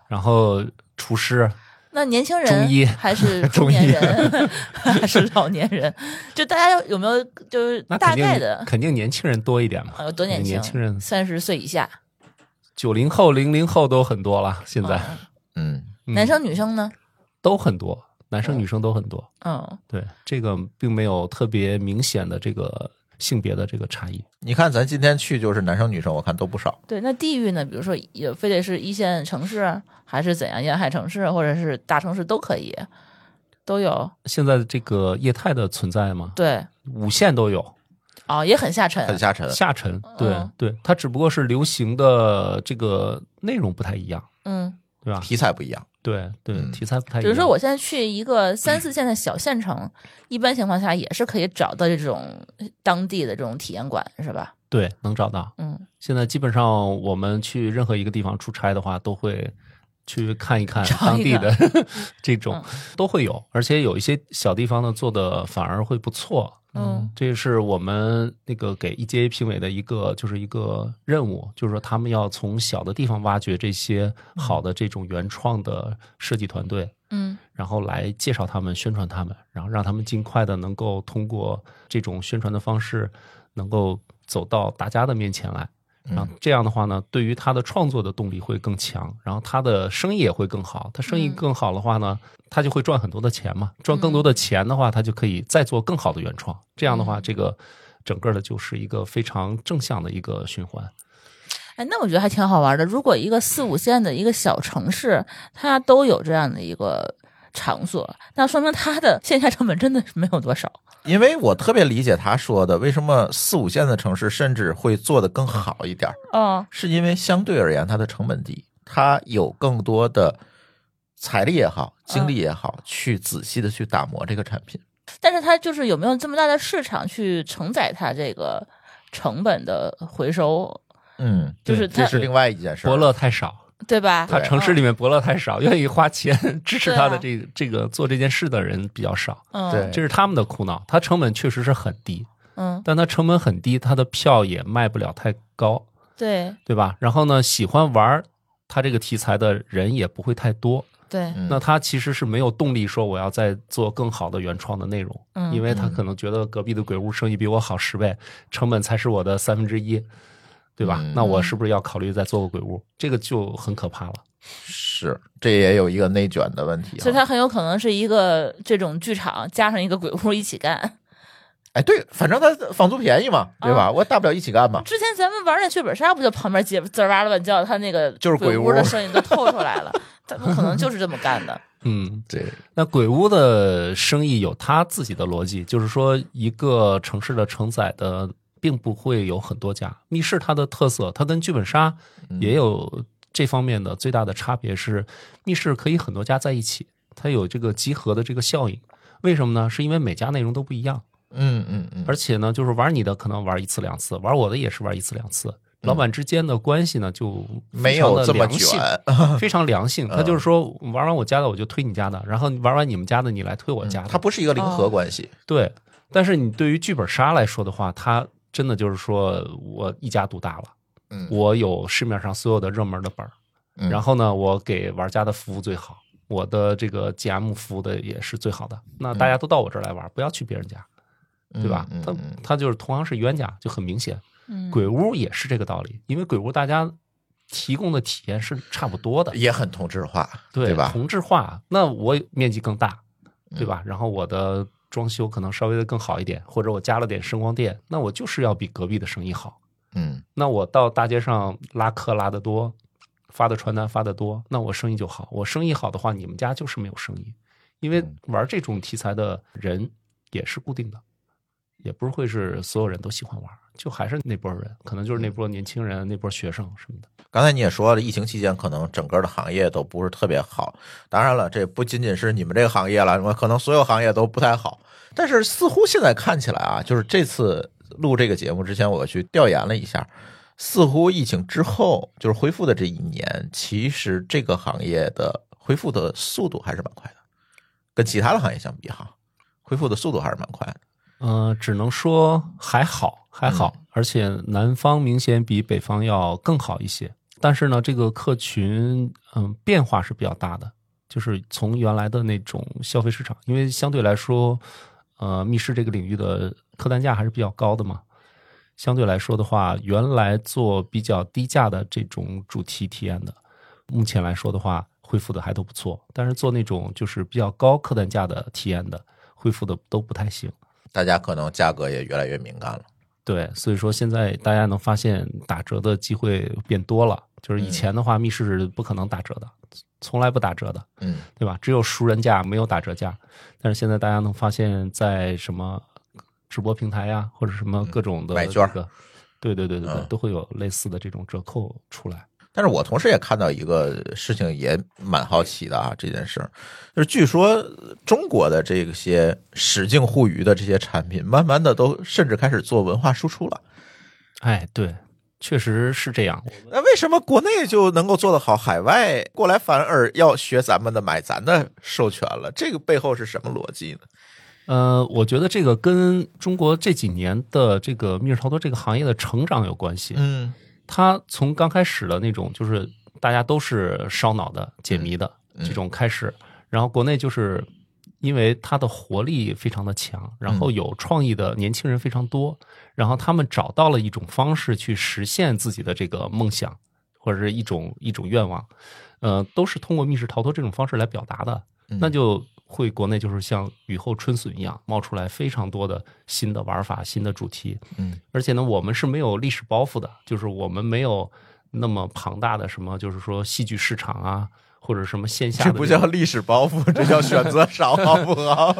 Speaker 2: 然后厨师，
Speaker 4: 那年轻
Speaker 2: 中医
Speaker 4: 人还是中
Speaker 2: <laughs> 中
Speaker 4: 年
Speaker 2: 医
Speaker 4: 人，还是老年人？就大家有没有就是
Speaker 2: 那
Speaker 4: 大
Speaker 2: 肯定
Speaker 4: 概的？
Speaker 2: 肯定年轻人多一点嘛
Speaker 4: 啊，有多年轻？
Speaker 2: 年轻人
Speaker 4: 三十岁以下，
Speaker 2: 九零后、零零后都很多了，现在、
Speaker 3: 嗯，
Speaker 2: 嗯
Speaker 4: 哦啊男生女生呢？
Speaker 2: 都很多，男生女生都很多。
Speaker 4: 嗯，
Speaker 2: 对，这个并没有特别明显的这个性别的这个差异。
Speaker 3: 你看咱今天去就是男生女生，我看都不少。
Speaker 4: 对。那地域呢？比如说，也非得是一线城市，啊还是怎样沿海城市，啊或者是大城市都可以，都有。
Speaker 2: 现在的这个业态的存在嘛，
Speaker 4: 对，
Speaker 2: 五线都有，
Speaker 4: 哦，也很下沉，
Speaker 3: 很下沉，
Speaker 2: 下沉，对、
Speaker 4: 嗯
Speaker 2: 对，它只不过是流行的这个内容不太一样，
Speaker 4: 嗯。
Speaker 2: 对吧？
Speaker 3: 题材不一样。
Speaker 2: 对对，
Speaker 3: 嗯
Speaker 2: 题材不太一样。
Speaker 4: 比如说，我现在去一个三四线的小县城，一般情况下也是可以找到这种当地的这种体验馆，是吧？
Speaker 2: 对能找到，
Speaker 4: 嗯，
Speaker 2: 现在基本上我们去任何一个地方出差的话，都会去看一看
Speaker 4: 找
Speaker 2: 当
Speaker 4: 一
Speaker 2: 地
Speaker 4: 个嗯
Speaker 2: 的 <laughs> 这种都会有，而且有一些小地方呢做的反而会不错。
Speaker 4: 嗯，
Speaker 2: 这是我们那个给 EGA 评委的一个就是一个任务，就是说他们要从小的地方挖掘这些好的这种原创的设计团队，
Speaker 4: 嗯
Speaker 2: 然后来介绍他们、宣传他们，然后让他们尽快的能够通过这种宣传的方式，能够走到大家的面前来。然
Speaker 3: 嗯
Speaker 2: 后这样的话呢，对于他的创作的动力会更强，然后他的生意也会更好。他生意
Speaker 4: 嗯
Speaker 2: 更好的话呢，他就会赚很多的钱嘛。赚更多的钱的话，他就可以再做更好的原创。这样的话，
Speaker 4: 嗯
Speaker 2: 这个整个的就是一个非常正向的一个循环。
Speaker 4: 哎，那我觉得还挺好玩的。如果一个四五线的一个小城市，它都有这样的一个场所，那说明它的线下成本真的是没有多少。
Speaker 3: 因为我特别理解他说的，为什么四五线的城市甚至会做得更好一点儿，
Speaker 4: 嗯
Speaker 3: 是因为相对而言它的成本低，它有更多的财力也好、精力也好，去仔细的去打磨这个产品。，
Speaker 4: 但是它就是有没有这么大的市场去承载它这个成本的回收，
Speaker 3: 嗯，
Speaker 4: 就是
Speaker 2: 对
Speaker 4: 它
Speaker 3: 这是另外一件事儿。
Speaker 2: 伯乐太少，
Speaker 4: 对吧？
Speaker 2: 他
Speaker 3: 对
Speaker 2: 城市里面伯乐太少，愿意花钱 <laughs> 支持他的
Speaker 4: 嗯对啊
Speaker 2: 这这个做这件事的人比较少，
Speaker 4: 嗯，
Speaker 3: 对
Speaker 2: 这是他们的苦恼。他成本确实是很低，
Speaker 4: 嗯，
Speaker 2: 但他成本很低，他的票也卖不了太高，
Speaker 4: 对
Speaker 2: 对吧？然后呢，喜欢玩他这个题材的人也不会太多，
Speaker 4: 对，
Speaker 3: 嗯
Speaker 2: 那他其实是没有动力说我要再做更好的原创的内容，
Speaker 4: 嗯
Speaker 2: 因为他可能觉得隔壁的鬼屋生意比我好十倍，成本才是我的三分之一，对吧？
Speaker 3: 嗯
Speaker 2: 那我是不是要考虑再做个鬼屋？这个就很可怕了。
Speaker 3: 是，这也有一个内卷的问题啊。
Speaker 4: 所以它很有可能是一个这种剧场加上一个鬼屋一起干。
Speaker 3: 哎，对，反正他房租便宜
Speaker 2: 啊
Speaker 3: 嘛，对吧？我大不了一起
Speaker 2: <laughs>
Speaker 3: 干嘛。
Speaker 4: 之前咱们玩那剧本杀，不就旁边姐滋儿哇乱叫，他那个
Speaker 3: 就是
Speaker 4: 鬼
Speaker 3: 鬼
Speaker 4: 屋的
Speaker 3: 屋
Speaker 4: 声音都透出来
Speaker 2: <laughs>
Speaker 4: 了，他们可能就是这么干的。
Speaker 2: 嗯，
Speaker 3: 对，
Speaker 2: 那鬼屋的生意有它自己的逻辑，就是说一个城市的承载的并不会有很多家。密室它的特色，它跟剧本杀
Speaker 3: 嗯
Speaker 2: 也有这方面的最大的差别是，密室可以很多家在一起，它有这个集合的这个效应。为什么呢？是因为每家内容都不一样，
Speaker 3: 嗯嗯嗯，
Speaker 2: 而且呢，就是玩你的可能玩一次两次，玩我的也是玩一次两次。老板之间的关系呢，就
Speaker 3: 嗯没
Speaker 2: 非常
Speaker 3: 有
Speaker 2: 的
Speaker 3: 这么
Speaker 2: 良
Speaker 3: 卷嗯
Speaker 2: 性。非常良性。他就是说，玩完我家的我就推你家的，然后玩完你们家的你来推我家
Speaker 3: 嗯
Speaker 2: 的。
Speaker 3: 它不是一个零
Speaker 2: 哦
Speaker 3: 和关系。
Speaker 2: 对，但是你对于剧本杀来说的话，它真的就是说我一家独大了。
Speaker 3: 嗯
Speaker 2: 我有市面上所有的热门的本儿，
Speaker 3: 嗯
Speaker 2: 然后呢，我给玩家的服务最好，我的这个 GM 服务的也是最好的。那大家都到我这儿来玩，不要去别人家，对吧？
Speaker 3: 嗯
Speaker 2: 他
Speaker 3: 嗯嗯
Speaker 2: 他就是同行是冤家，就很明显。
Speaker 4: 嗯，
Speaker 2: 鬼屋也是这个道理，因为鬼屋大家提供的体验是差不多的，
Speaker 3: 也很同质化，
Speaker 2: 对
Speaker 3: 吧？嗯
Speaker 2: 同质化，那我面积更大，对吧？然后我的装修可能稍微的更好一点，或者我加了点声光电，那我就是要比隔壁的生意好。
Speaker 3: 嗯
Speaker 2: 那我到大街上拉客拉得多，发的传单发得多，那我生意就好。我生意好的话，你们家就是没有生意，因为
Speaker 3: 嗯
Speaker 2: 玩这种题材的人也是固定的，也不会是所有人都喜欢玩，就还是那波人，可能就是那波年轻人、那波学生什么的。
Speaker 3: 刚才你也说了，疫情期间可能整个的行业都不是特别好。当然了，这不仅仅是你们这个行业了，什么可能所有行业都不太好。但是似乎现在看起来啊，就是这次录这个节目之前，我去调研了一下，似乎疫情之后就是恢复的这一年，其实这个行业的恢复的速度还是蛮快的，跟其他的行业相比哈，恢复的速度还是蛮快的。
Speaker 2: 嗯，只能说还好，还好，而且南方明显比北方要更好一些。但是呢，这个客群嗯变化是比较大的，就是从原来的那种消费市场，因为相对来说，呃，密室这个领域的客单价还是比较高的嘛。相对来说的话，原来做比较低价的这种主题体验的，目前来说的话，恢复的还都不错。但是做那种就是比较高客单价的体验的，恢复的都不太行。
Speaker 3: 大家可能价格也越来越敏感了。
Speaker 2: 对，所以说现在大家能发现打折的机会变多了，就是
Speaker 3: 嗯
Speaker 2: 以前的话，密室是不可能打折的，从来不打折的，
Speaker 3: 嗯，
Speaker 2: 对吧？只有熟人价，没有打折价。但是现在大家能发现，在什么直播平台呀、或者什么各种的、
Speaker 3: 嗯买
Speaker 2: 这
Speaker 3: 券儿
Speaker 2: 个，对对对对对，
Speaker 3: 嗯
Speaker 2: 都会有类似的这种折扣出来。
Speaker 3: 但是我同时也看到一个事情，也蛮好奇的啊，这件事儿，就是据说呃中国的这些实境互娱的这些产品，慢慢的都甚至开始做文化输出了。
Speaker 2: 哎，对，确实是这样。
Speaker 3: 那为什么国内就能够做得好，海外过来反而要学咱们的，买咱的授权了？这个背后是什么逻辑呢？
Speaker 2: 呃，我觉得这个跟中国这几年的这个密室逃脱这个行业的成长有关系。
Speaker 3: 嗯
Speaker 2: 它从刚开始的那种就是大家都是烧脑的解谜的
Speaker 3: 嗯
Speaker 2: 这种开始，然后国内就是因为它的活力非常的
Speaker 3: 嗯
Speaker 2: 强，然后有创意的年轻人非常多，然后他们找到了一种方式去实现自己的这个梦想或者是一种一种愿望，呃，都是通过密室逃脱这种方式来表达的，
Speaker 3: 嗯
Speaker 2: 那就。会国内就是像雨后春笋一样冒出来非常多的新的玩法、新的主题，
Speaker 3: 嗯
Speaker 2: 而且呢，我们是没有历史包袱的，就是我们没有那么庞大的什么，就是说戏剧市场啊，或者什么线下
Speaker 3: 这
Speaker 2: 的
Speaker 3: 不
Speaker 2: 这
Speaker 3: 叫
Speaker 2: 种
Speaker 3: 历史包袱，这叫选择少，好不
Speaker 2: <laughs>
Speaker 3: 好？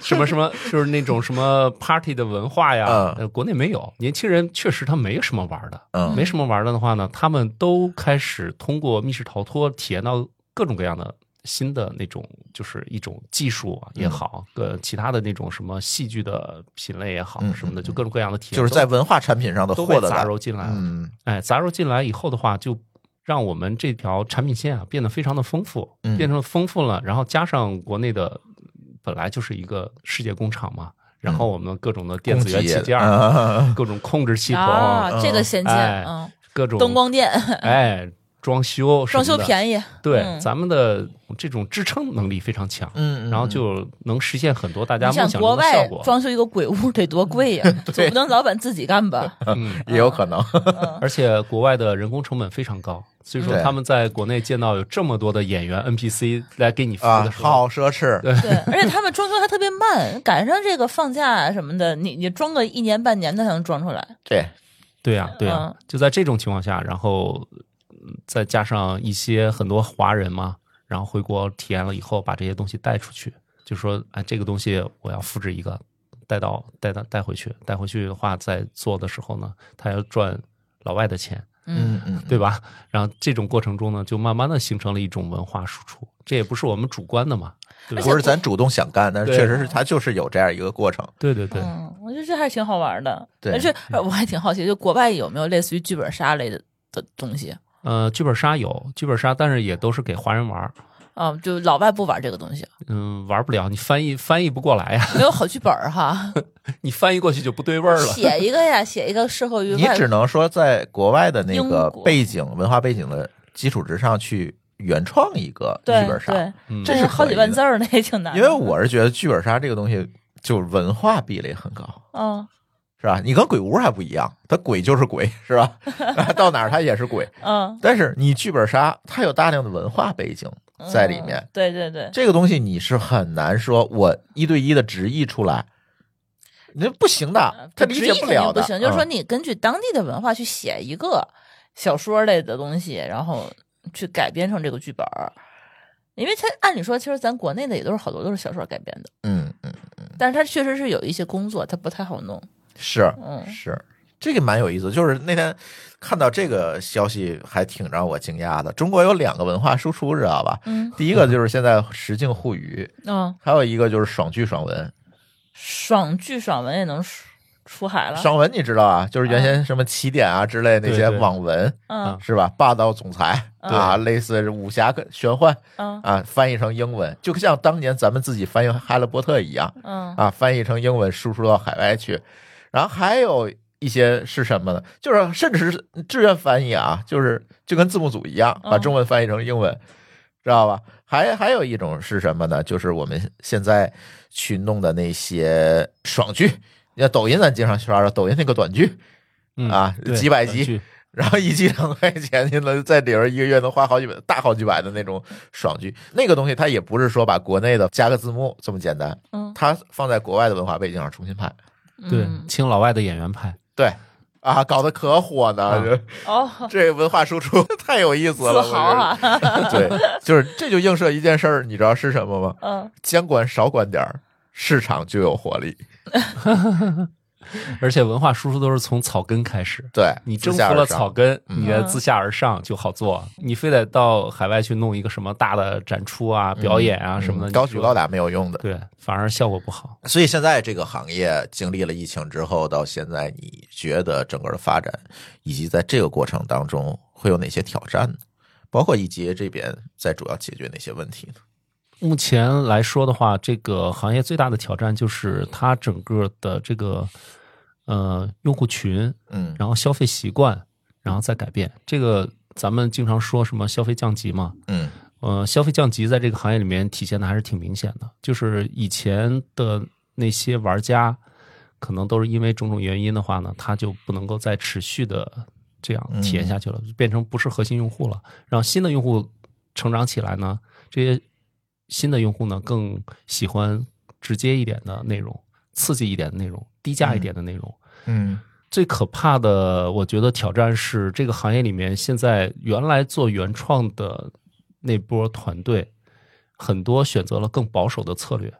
Speaker 2: 什么什么，就是那种什么 party 的文化呀，
Speaker 3: 嗯
Speaker 2: 呃国内没有。年轻人确实他没什么玩的，
Speaker 3: 嗯
Speaker 2: 没什么玩的的话呢，他们都开始通过密室逃脱体验到各种各样的。新的那种就是一种技术啊
Speaker 3: 嗯
Speaker 2: 也好，呃，其他的那种什么戏剧的品类也好
Speaker 3: 嗯，
Speaker 2: 什么的，
Speaker 3: 嗯
Speaker 2: 就各种各样的体验，
Speaker 3: 就是在文化产品上的
Speaker 2: 都都被
Speaker 3: 获得
Speaker 2: 杂
Speaker 3: 感。
Speaker 2: 糅进来了。
Speaker 3: 嗯
Speaker 2: 哎，杂糅进来以后的话，就让我们这条产品线啊变得非常的丰富，
Speaker 3: 嗯
Speaker 2: 变成了丰富了，然后加上国内的本来就是一个世界工厂嘛，然
Speaker 3: 嗯
Speaker 2: 后我们各种的电子元器件儿，
Speaker 3: 啊，
Speaker 2: 各种控制系统，
Speaker 4: 啊，这个
Speaker 3: 嗯
Speaker 4: 衔接，
Speaker 2: 哎
Speaker 4: 嗯，
Speaker 2: 各种
Speaker 4: 灯光电，
Speaker 2: 哎装修什
Speaker 4: 装
Speaker 2: 么
Speaker 4: 修
Speaker 2: 的
Speaker 4: 便宜，
Speaker 2: 对、
Speaker 4: 嗯
Speaker 2: 咱们的这种支撑能力非常强。
Speaker 3: 嗯，嗯
Speaker 2: 然后就能实现很多大家
Speaker 4: 你
Speaker 2: 梦
Speaker 4: 想
Speaker 2: 想
Speaker 4: 国
Speaker 2: 中的效
Speaker 4: 外
Speaker 2: 果，
Speaker 4: 装修一个鬼屋得
Speaker 2: <laughs>
Speaker 4: 多贵呀、总不能老板自己干吧？
Speaker 2: 嗯，
Speaker 3: 也有可能，
Speaker 4: 嗯
Speaker 2: 而且国外的人工成本非常高，所以说
Speaker 3: 对
Speaker 2: 他们在国内见到有这么多的演员 NPC 来给你服务
Speaker 3: 啊，
Speaker 2: 的时候，
Speaker 3: 好奢侈。
Speaker 4: 对，而且他们装修还特别慢，赶上这个放假啊什么的，你你装个一年半年的才能装出来。
Speaker 3: 对，
Speaker 2: 对呀、对呀、
Speaker 4: 嗯
Speaker 2: 就在这种情况下，然后嗯再加上一些很多华人嘛，然后回国体验了以后，把这些东西带出去，就说哎，这个东西我要复制一个，带到带到带回去，带回去的话，在做的时候呢，他要赚老外的钱，
Speaker 4: 嗯，
Speaker 3: 嗯
Speaker 2: 对吧？然后这种过程中呢，就慢慢的形成了一种文化输出，这也不是我们主观的嘛，
Speaker 4: 嗯
Speaker 2: 对吧
Speaker 3: 不是咱主动想干，但是
Speaker 2: 对
Speaker 3: 确实是它就是有这样一个过程。
Speaker 2: 对对对，
Speaker 4: 嗯，我觉得这还挺好玩的。
Speaker 3: 对嗯
Speaker 4: 而且呃我还挺好奇，就国外有没有类似于剧本杀类的的东西？
Speaker 2: 呃，剧本杀有剧本杀，但是也都是给华人玩儿，
Speaker 4: 啊、就老外不玩这个东西，
Speaker 2: 嗯，玩不了，你翻译翻译不过来呀，
Speaker 4: 没有好剧本
Speaker 3: <laughs>
Speaker 4: 儿哈。
Speaker 2: <laughs> 你翻译过去就不对味儿了。
Speaker 4: 写一个呀，写一个适合于
Speaker 3: 你
Speaker 4: 外
Speaker 3: 只能说在国外的那
Speaker 4: 英
Speaker 3: 个
Speaker 4: 国
Speaker 3: 背景、文化背景的基础之上去原创一个剧
Speaker 4: 对
Speaker 3: 本杀，
Speaker 4: 对，
Speaker 2: 嗯
Speaker 3: 这
Speaker 4: 但
Speaker 3: 是
Speaker 4: 是好
Speaker 3: 可
Speaker 4: 几
Speaker 3: 以
Speaker 4: 万
Speaker 3: 的
Speaker 4: 字儿啊呢，也挺难的。
Speaker 3: 因为我是觉得剧本杀这个东西就文化壁垒很高。
Speaker 4: 嗯
Speaker 3: 是吧？你跟鬼屋还不一样，它鬼就是鬼，是吧？ <laughs> 到哪儿它也是鬼。
Speaker 4: 嗯
Speaker 3: 但是你剧本杀，它有大量的文化背景在里面，
Speaker 4: 嗯对对对，
Speaker 3: 这个东西你是很难说我一对一的直译出来，那不行的，他理
Speaker 4: 啊直
Speaker 3: 解
Speaker 4: 译肯定
Speaker 3: 了的。
Speaker 4: 不行，就是说
Speaker 3: 嗯
Speaker 4: 你根据当地的文化去写一个小说类的东西，然后去改编成这个剧本儿。因为它按理说，其实咱国内的也都是好多都是小说改编的，
Speaker 3: 嗯嗯，
Speaker 4: 但是它确实是有一些工作，它不太好弄。
Speaker 3: 是
Speaker 4: 嗯
Speaker 3: 是，这个蛮有意思。就是那天看到这个消息，还挺让我惊讶的。中国有两个文化输出，知道吧？
Speaker 4: 嗯
Speaker 3: 第一个就是现在实境互娱，
Speaker 4: 嗯，
Speaker 3: 还有一个就是爽剧爽文。
Speaker 4: 爽剧爽文也能出出海了。
Speaker 3: 爽文你知道啊，就是原先什么起点啊之类那些
Speaker 2: 对对
Speaker 3: 网文
Speaker 4: 嗯
Speaker 3: 是吧？霸道总裁啊，类似武侠跟玄幻
Speaker 4: 嗯
Speaker 3: 啊，翻译成英文，就像当年咱们自己翻译《哈利波特》一样
Speaker 4: 嗯
Speaker 3: 啊，翻译成英文输出到海外去。然后还有一些是什么呢？就是甚至是志愿翻译啊，就是就跟字幕组一样，把
Speaker 4: 嗯
Speaker 3: 中文翻译成英文，知道吧？还还有一种是什么呢？就是我们现在去弄的那些爽剧，那抖音咱经常刷着抖音那个短剧，
Speaker 2: 嗯
Speaker 3: 啊
Speaker 2: 对
Speaker 3: 几百
Speaker 2: 短
Speaker 3: 集
Speaker 2: 剧
Speaker 3: 然后一集两块钱，你能在里边一个月能花好几百、大好几百的那种爽剧，那个东西它也不是说把国内的加个字幕这么简单，
Speaker 4: 嗯，
Speaker 3: 它放在国外的文化背景上重新拍，
Speaker 2: 对
Speaker 4: 嗯，
Speaker 2: 请老外的演员拍，
Speaker 3: 对啊，搞得可火呢，
Speaker 2: 啊
Speaker 3: 这
Speaker 4: 哦，
Speaker 3: 这文化输出 <laughs> 太有意思
Speaker 4: 自
Speaker 3: 了，
Speaker 4: 豪啊！
Speaker 3: 我觉得！对，就是这就映射一件事儿，你知道是什么吗？
Speaker 4: 嗯，
Speaker 3: 监管少管点儿，市场就有活力。
Speaker 2: 而且文化输出都是从草根开始。
Speaker 3: 对
Speaker 2: 你
Speaker 3: 自
Speaker 2: 征服
Speaker 3: 下而
Speaker 2: 了
Speaker 3: 上
Speaker 2: 草根，
Speaker 3: 嗯
Speaker 2: 你再自下而上就好做。你非得到海外去弄一个什么大的展出啊、表演啊
Speaker 3: 嗯
Speaker 2: 什么的，
Speaker 3: 高
Speaker 2: 你
Speaker 3: 举
Speaker 2: 说
Speaker 3: 高打没有用的。
Speaker 2: 对，反而效果不好。
Speaker 3: 所以现在这个行业经历了疫情之后，到现在，你觉得整个的发展，以及在这个过程当中会有哪些挑战呢？包括一杰这边在主要解决哪些问题呢？
Speaker 2: 目前来说的话，这个行业最大的挑战就是它整个的这个呃用户群，
Speaker 3: 嗯
Speaker 2: 然后消费习惯，然后再改变。这个咱们经常说什么消费降级嘛，
Speaker 3: 嗯
Speaker 2: 呃，消费降级在这个行业里面体现的还是挺明显的。就是以前的那些玩家，可能都是因为种种原因的话呢，他就不能够再持续的这样体验下去了，就变成不是核心用户了。让新的用户成长起来呢，这些新的用户呢更喜欢直接一点的内容、刺激一点的内容、低价一点的内容。
Speaker 3: 嗯
Speaker 2: 最可怕的，我觉得挑战是这个行业里面现在原来做原创的那波团队，很多选择了更保守的策略，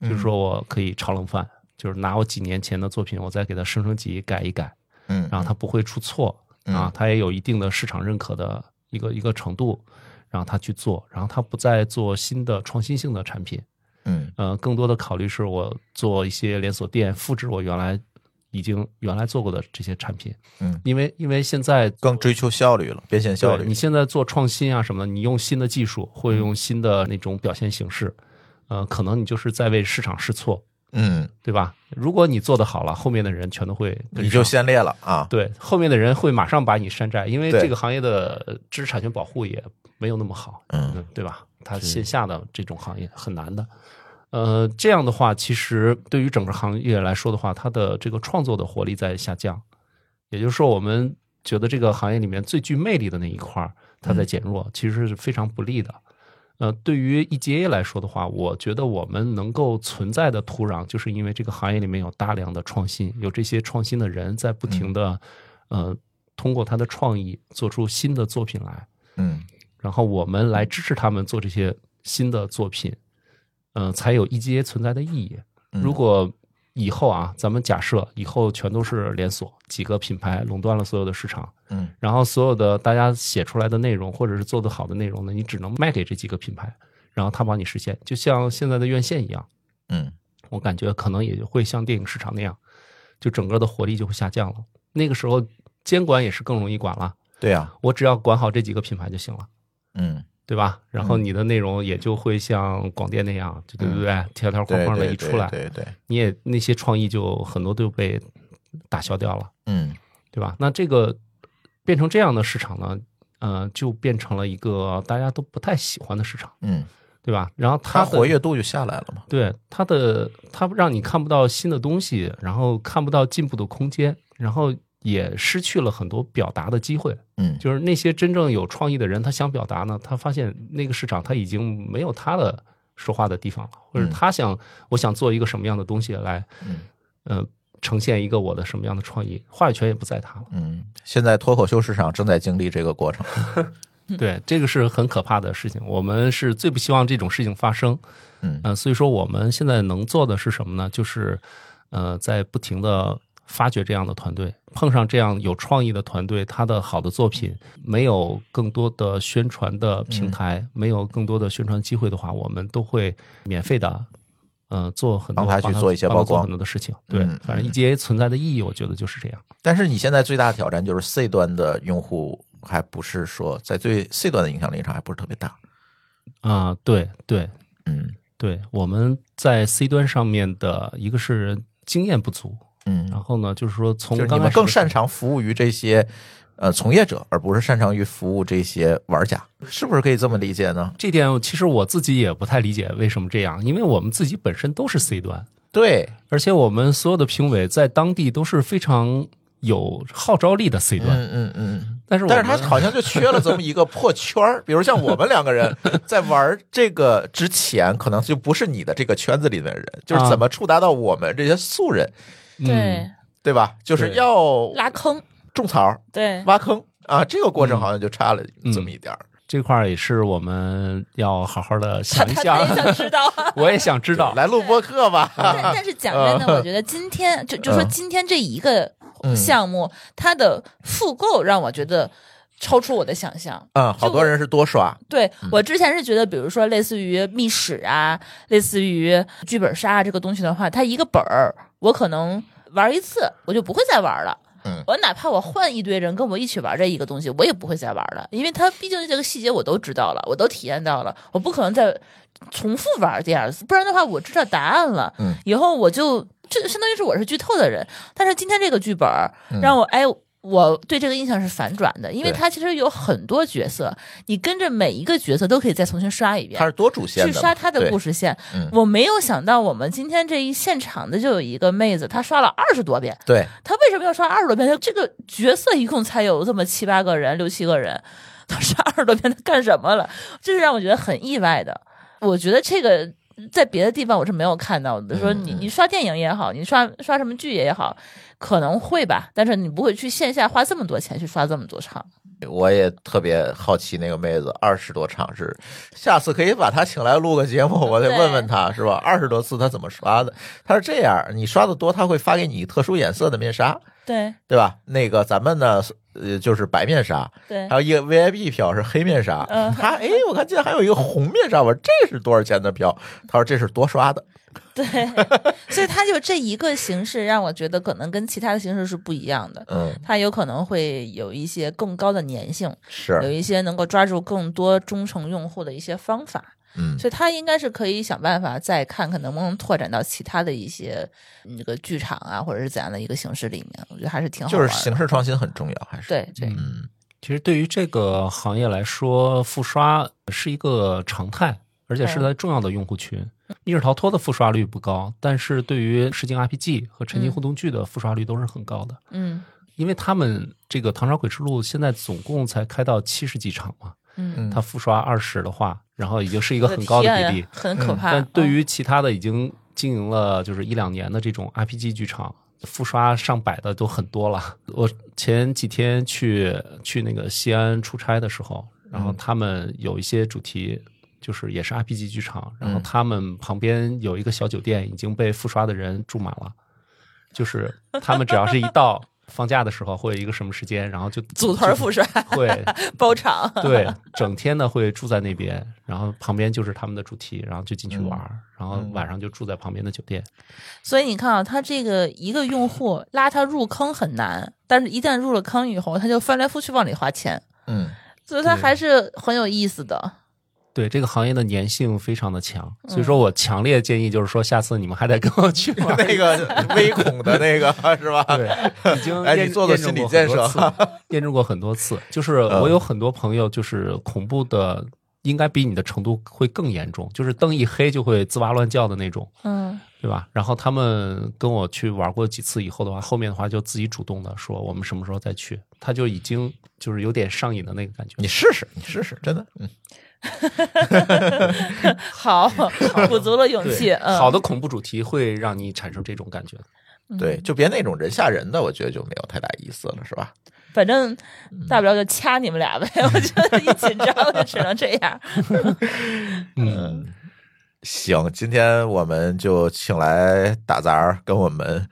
Speaker 3: 嗯
Speaker 2: 就是说我可以炒冷饭，就是拿我几年前的作品，我再给它升升级、改一改，
Speaker 3: 嗯，
Speaker 2: 然后它不会出错
Speaker 3: 嗯
Speaker 2: 啊，它也有一定的市场认可的一个一个程度，然后它去做，然后它不再做新的创新性的产品，
Speaker 3: 嗯
Speaker 2: 呃，更多的考虑是我做一些连锁店，复制我原来已经原来做过的这些产品。
Speaker 3: 嗯，
Speaker 2: 因为因为现在
Speaker 3: 更追求效率了，变现效
Speaker 2: 对
Speaker 3: 率嗯
Speaker 2: 你。现在做创新啊什么的，你用新的技术，会用新的那种表现形式，呃，可能你就是在为市场试错，
Speaker 3: 嗯，
Speaker 2: 对吧？如果你做得好了，后面的人全都会跟
Speaker 3: 你就
Speaker 2: 上。
Speaker 3: 先列了啊。
Speaker 2: 对，后面的人会马上把你山寨，因为
Speaker 3: 对
Speaker 2: 这个行业的知识产权保护也没有那么好。
Speaker 3: 嗯
Speaker 2: 嗯，对吧？它线下的这种行业很难的。呃，这样的话，其实对于整个行业来说的话，它的这个创作的活力在下降。也就是说，我们觉得这个行业里面最具魅力的那一块儿，它在减弱，其实是非常不利的。呃，对于 EGA 来说的话，我觉得我们能够存在的土壤，就是因为这个行业里面有大量的创新，有这些创新的人在不停的，呃，通过他的创意做出新的作品来。
Speaker 3: 嗯
Speaker 2: 然后我们来支持他们做这些新的作品，嗯、才有 EGA 存在的意义。
Speaker 3: 嗯
Speaker 2: 如果以后啊，咱们假设以后全都是连锁，几个品牌垄断了所有的市场，
Speaker 3: 嗯
Speaker 2: 然后所有的大家写出来的内容或者是做得好的内容呢，你只能卖给这几个品牌，然后他帮你实现，就像现在的院线一样，
Speaker 3: 嗯
Speaker 2: 我感觉可能也就会像电影市场那样，就整个的活力就会下降了。那个时候监管也是更容易管了，
Speaker 3: 对呀，
Speaker 2: 我只要管好这几个品牌就行了。
Speaker 3: 嗯
Speaker 2: 对吧？然后你的内容也就会像广电那样，就对不对？条条框
Speaker 3: 嗯对
Speaker 2: 框的
Speaker 3: 对
Speaker 2: 一
Speaker 3: 对
Speaker 2: 出来，
Speaker 3: 对对，
Speaker 2: 你也那些创意就很多都被打消掉了，
Speaker 3: 嗯
Speaker 2: 对吧？那这个变成这样的市场呢，呃，就变成了一个大家都不太喜欢的市场，
Speaker 3: 嗯，
Speaker 2: 对吧？然后它
Speaker 3: 它
Speaker 2: 的
Speaker 3: 活跃度就下来了嘛。
Speaker 2: 对它的它让你看不到新的东西，然后看不到进步的空间，然后也失去了很多表达的机会。
Speaker 3: 嗯，
Speaker 2: 就是那些真正有创意的人，他想表达呢，他发现那个市场他已经没有他的说话的地方了，或者
Speaker 3: 嗯
Speaker 2: 他想，我想做一个什么样的东西来，
Speaker 3: 嗯
Speaker 2: 呃，呈现一个我的什么样的创意，话语权也不在他了。
Speaker 3: 嗯，现在脱口秀市场正在经历这个过程。 <laughs>
Speaker 2: 对，这个是很可怕的事情，我们是最不希望这种事情发生。
Speaker 3: 嗯
Speaker 2: 呃，所以说我们现在能做的是什么呢？就是呃，在不停的发掘这样的团队，碰上这样有创意的团队，他的好的作品没有更多的宣传的平
Speaker 3: 嗯
Speaker 2: 台，没有更多的宣传机会的话，我们都会免费的。呃，做很多
Speaker 3: 帮他去做一些曝
Speaker 2: 帮他做
Speaker 3: 光
Speaker 2: 很多的事情。对，
Speaker 3: 嗯
Speaker 2: 反
Speaker 3: 嗯
Speaker 2: 正 EGA 存在的意义，我觉得就是这样。
Speaker 3: 但是你现在最大的挑战就是 C 端的用户还不是说在最 C 端的影响力上还不是特别大。
Speaker 2: 啊、对对，
Speaker 3: 嗯
Speaker 2: 对，我们在 C 端上面的一个是经验不足，然
Speaker 3: 嗯，
Speaker 2: 后呢，就是说啊从
Speaker 3: 就是你
Speaker 2: 刚开
Speaker 3: 们
Speaker 2: 始
Speaker 3: 更
Speaker 2: 的
Speaker 3: 擅
Speaker 2: 时候，
Speaker 3: 长服务于这些呃从业者，而不是擅长于服务这些玩家，是不是可以这么理解呢？
Speaker 2: 这点其实我自己也不太理解为什么这样，因为我们自己本身都是 C 端，
Speaker 3: 对，
Speaker 2: 而且我们所有的评委在当地都是非常有号召力的 C 端，
Speaker 3: 嗯嗯嗯。
Speaker 2: 但是我
Speaker 3: 但是
Speaker 2: 们
Speaker 3: 他好像就缺了这么一个破圈
Speaker 2: <laughs>
Speaker 3: 儿，比如像我们两个人在玩这个之前，可能就不是你的这个圈子里的人，
Speaker 2: 啊
Speaker 3: 就是怎么触达到我们这些素人，
Speaker 2: 嗯
Speaker 4: 对，
Speaker 3: 对吧？就是
Speaker 2: 对
Speaker 3: 要
Speaker 4: 拉坑，
Speaker 3: 种草，
Speaker 4: 对，
Speaker 3: 挖坑嗯啊，这个过程好像就差了这么一点儿。
Speaker 2: 这块儿也是我们要好好的
Speaker 4: 他
Speaker 2: 想一
Speaker 4: 他
Speaker 2: 想
Speaker 4: 他，也想
Speaker 3: <laughs>
Speaker 4: 知道。
Speaker 2: 我也想知道，
Speaker 3: 来录播客吧，
Speaker 4: 但但是讲真的，我觉得今天就就说
Speaker 3: 嗯
Speaker 4: 今天这一个
Speaker 3: 嗯
Speaker 4: 项目，它的复购让我觉得超出我的想象。
Speaker 3: 嗯，好多人是多刷，
Speaker 4: 对我之前是觉得，比如说类似于密室啊，类似于剧本杀、啊、这个东西的话，它一个本儿，我可能玩一次我就不会再玩了。
Speaker 3: 嗯
Speaker 4: 我哪怕我换一堆人跟我一起玩这一个东西，我也不会再玩了，因为它毕竟这个细节我都知道了，我都体验到了，我不可能再重复玩第二次，不然的话我知道答案了，
Speaker 3: 嗯
Speaker 4: 以后我就这相当于是我是剧透的人，但是今天这个剧本儿让我哎。我对这个印象是反转的，因为
Speaker 3: 对
Speaker 4: 它其实有很多角色，你跟着每一个角色都可以再重新刷一遍
Speaker 3: 它。是多主线
Speaker 4: 去
Speaker 3: 的嘛，
Speaker 4: 刷他的故
Speaker 3: 事，
Speaker 4: 事线
Speaker 3: 嗯。
Speaker 4: 我没有想到，我们今天这一现场的就有一个妹子，她刷了二十多遍。
Speaker 3: 对，
Speaker 4: 她为什么要刷二十多遍？她这个角色一共才有这么七八个人，六七个人，她刷二十多遍，她干什么了？这是让我觉得很意外的。我觉得这个。在别的地方我是没有看到的，比如说你
Speaker 3: 嗯嗯
Speaker 4: 你刷电影也好，你刷刷什么剧也好，可能会吧，但是你不会去线下花这么多钱去刷这么多场。
Speaker 3: 我也特别好奇那个妹子二十多场是，下次可以把她请来录个 <laughs> 节目，我得
Speaker 4: 对
Speaker 3: 问问她是吧？二十多次她怎么刷的？她是这样，你刷的多，她会发给你特殊颜色的面纱，
Speaker 4: 对
Speaker 3: 对吧？那个咱们呢，呃，就是白面纱，
Speaker 4: 对
Speaker 3: 还有一个 VIP 票是黑面纱。
Speaker 4: 嗯
Speaker 3: 她哎，我看见还有一个红面纱，我说这是多少钱的票？她说这是多刷的。
Speaker 4: 对，所以它就这一个形式让我觉得可能跟其他的形式是不一样的，
Speaker 3: 嗯，
Speaker 4: 它有可能会有一些更高的粘性，有
Speaker 3: 是，
Speaker 4: 一些能够抓住更多忠诚用户的一些方法，
Speaker 3: 嗯，
Speaker 4: 所以它应该是可以想办法再看看能不能拓展到其他的一些嗯这个剧场啊，或者是怎样的一个形式里面，我觉得还是挺好
Speaker 3: 就
Speaker 4: 玩
Speaker 3: 是
Speaker 4: 的。
Speaker 3: 形式创新很重要，还是
Speaker 4: 对对，
Speaker 3: 嗯
Speaker 2: 其实对于这个行业来说，复刷是一个常态，而且是在重要的用户群。密室逃脱的复刷率不高，但是对于实景 RPG 和沉浸互动剧的复刷率都是很高的，
Speaker 4: 嗯
Speaker 2: 因为他们这个《唐朝诡事录》现在总共才开到七十几场嘛，
Speaker 4: 嗯，
Speaker 3: 嗯
Speaker 2: 它复刷二十的话，然后已经是一
Speaker 4: 一
Speaker 2: 个很高的比例。
Speaker 4: 很可怕。
Speaker 2: 但对
Speaker 4: 嗯
Speaker 2: 于其他的已经经营了就是一两年的这种 RPG 剧场，复刷上百的都很多了。我前几天去去那个西安出差的时候，然后他们有一些主题。就是也是 RPG 剧场，然后
Speaker 3: 嗯
Speaker 2: 他们旁边有一个小酒店，已经被复刷的人住满了。就是他们只要是一到 <laughs> 放假的时候，会有一个什么时间，然后就
Speaker 4: 组团复刷
Speaker 2: 就会
Speaker 4: 包场，
Speaker 3: <laughs>
Speaker 2: 对，整天呢会住在那边，然后旁边就是他们的主题，然后就进去
Speaker 3: 嗯
Speaker 2: 玩，儿，然后晚上就住在旁边的酒店。
Speaker 4: 所以你看啊，他这个一个用户拉他入坑很难，但是一旦入了坑以后，他就翻来覆去往里花钱，
Speaker 3: 嗯，
Speaker 4: 所以他
Speaker 2: 对
Speaker 4: 还是很有意思的。
Speaker 2: 对这个行业的粘性非常的强，所以说我强烈建议，就是说下次你们还得跟我去
Speaker 3: <laughs>
Speaker 2: 玩儿。
Speaker 3: 那个微恐的那个是吧？
Speaker 2: 对，已经
Speaker 3: 哎你
Speaker 2: 验
Speaker 3: 做的心理建，设嗯
Speaker 2: 验证过
Speaker 3: <laughs>
Speaker 2: 很多次验证过很多次。就是我有很多朋友，就是恐怖的，应该比你的程度会更严重，就是灯一黑就会吱哇乱叫的那种。
Speaker 4: 嗯，
Speaker 2: 对吧？然后他们跟我去玩过几次以后的话，后面的话就自己主动的说我们什么时候再去，他就已经就是有点上瘾的那个感觉。
Speaker 3: 你试试，你试试，真的，嗯，
Speaker 4: 好，鼓足了勇气。
Speaker 2: 对，
Speaker 4: 嗯，
Speaker 2: 好的恐怖主题会让你产生这种感觉。
Speaker 3: 对，就别那种人吓人的，我觉得就没有太大意思了，是吧？
Speaker 4: 反正大不了就掐你们俩呗。 <laughs> 我觉得一紧张就只能这样。
Speaker 3: 嗯，行，今天我们就请来打杂儿跟我们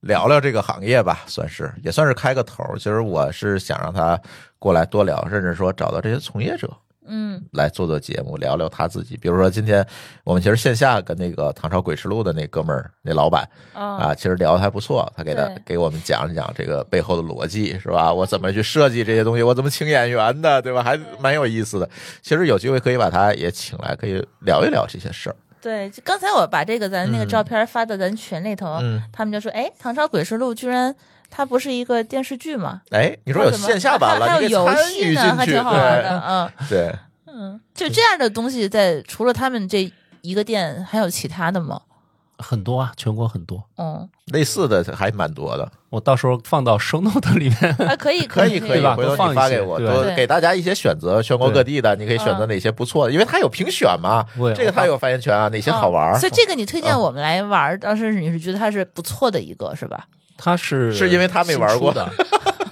Speaker 3: 聊聊这个行业吧，算是也算是开个头儿。其实我是想让他过来多聊，甚至说找到这些从业者，
Speaker 4: 嗯
Speaker 3: 来做做节目，聊聊他自己。比如说今天我们其实线下跟那个唐朝诡事录的那哥们儿那老板
Speaker 4: 啊，
Speaker 3: 啊，其实聊的还不错，他给他
Speaker 4: 对
Speaker 3: 给我们讲一讲这个背后的逻辑，是吧？我怎么去设计这些东西，我怎么请演员的，对吧？还蛮有意思的。其实有机会可以把他也请来，可以聊一聊这些事儿。
Speaker 4: 对，就刚才我把这个咱那个照片发到咱群里头，
Speaker 3: 嗯，
Speaker 4: 他们就说：“哎，《唐朝诡事录》居然它不是一个电视剧吗？”
Speaker 3: 哎，你说有线下版了，
Speaker 4: <laughs> 还
Speaker 3: 你
Speaker 4: 有
Speaker 3: 给参
Speaker 4: 游戏
Speaker 3: 与
Speaker 4: 呢，
Speaker 3: 进
Speaker 4: 还
Speaker 3: 去，
Speaker 4: 挺好玩的。嗯
Speaker 3: 对对。
Speaker 4: 嗯，就这样的东西在，除了他们这一个店，还有其他的吗？
Speaker 2: 很多啊，全国很多。
Speaker 3: <laughs>
Speaker 4: 嗯，
Speaker 3: 类似的还蛮多的，
Speaker 2: 我到时候放到 show note 里面。
Speaker 4: <laughs> 还啊可以，
Speaker 3: <laughs> 可以
Speaker 4: 可
Speaker 3: 可以，
Speaker 2: 对吧
Speaker 3: 回头
Speaker 2: 多放
Speaker 3: 你
Speaker 2: 一
Speaker 3: 发
Speaker 2: 些
Speaker 3: 给我，
Speaker 2: 对
Speaker 3: 多
Speaker 4: 对
Speaker 3: 给大家一些选择，全国各地的，你可以选择
Speaker 4: 嗯
Speaker 3: 哪些不错的，因为它有评选嘛
Speaker 2: 嗯对，
Speaker 3: 这个它有发言权啊，哪些好玩儿
Speaker 4: 哦所以这个你推荐我们来玩儿，当时你是觉得它是不错的一个，是吧？
Speaker 2: 他是
Speaker 3: 是因为他没玩过
Speaker 2: 新出的，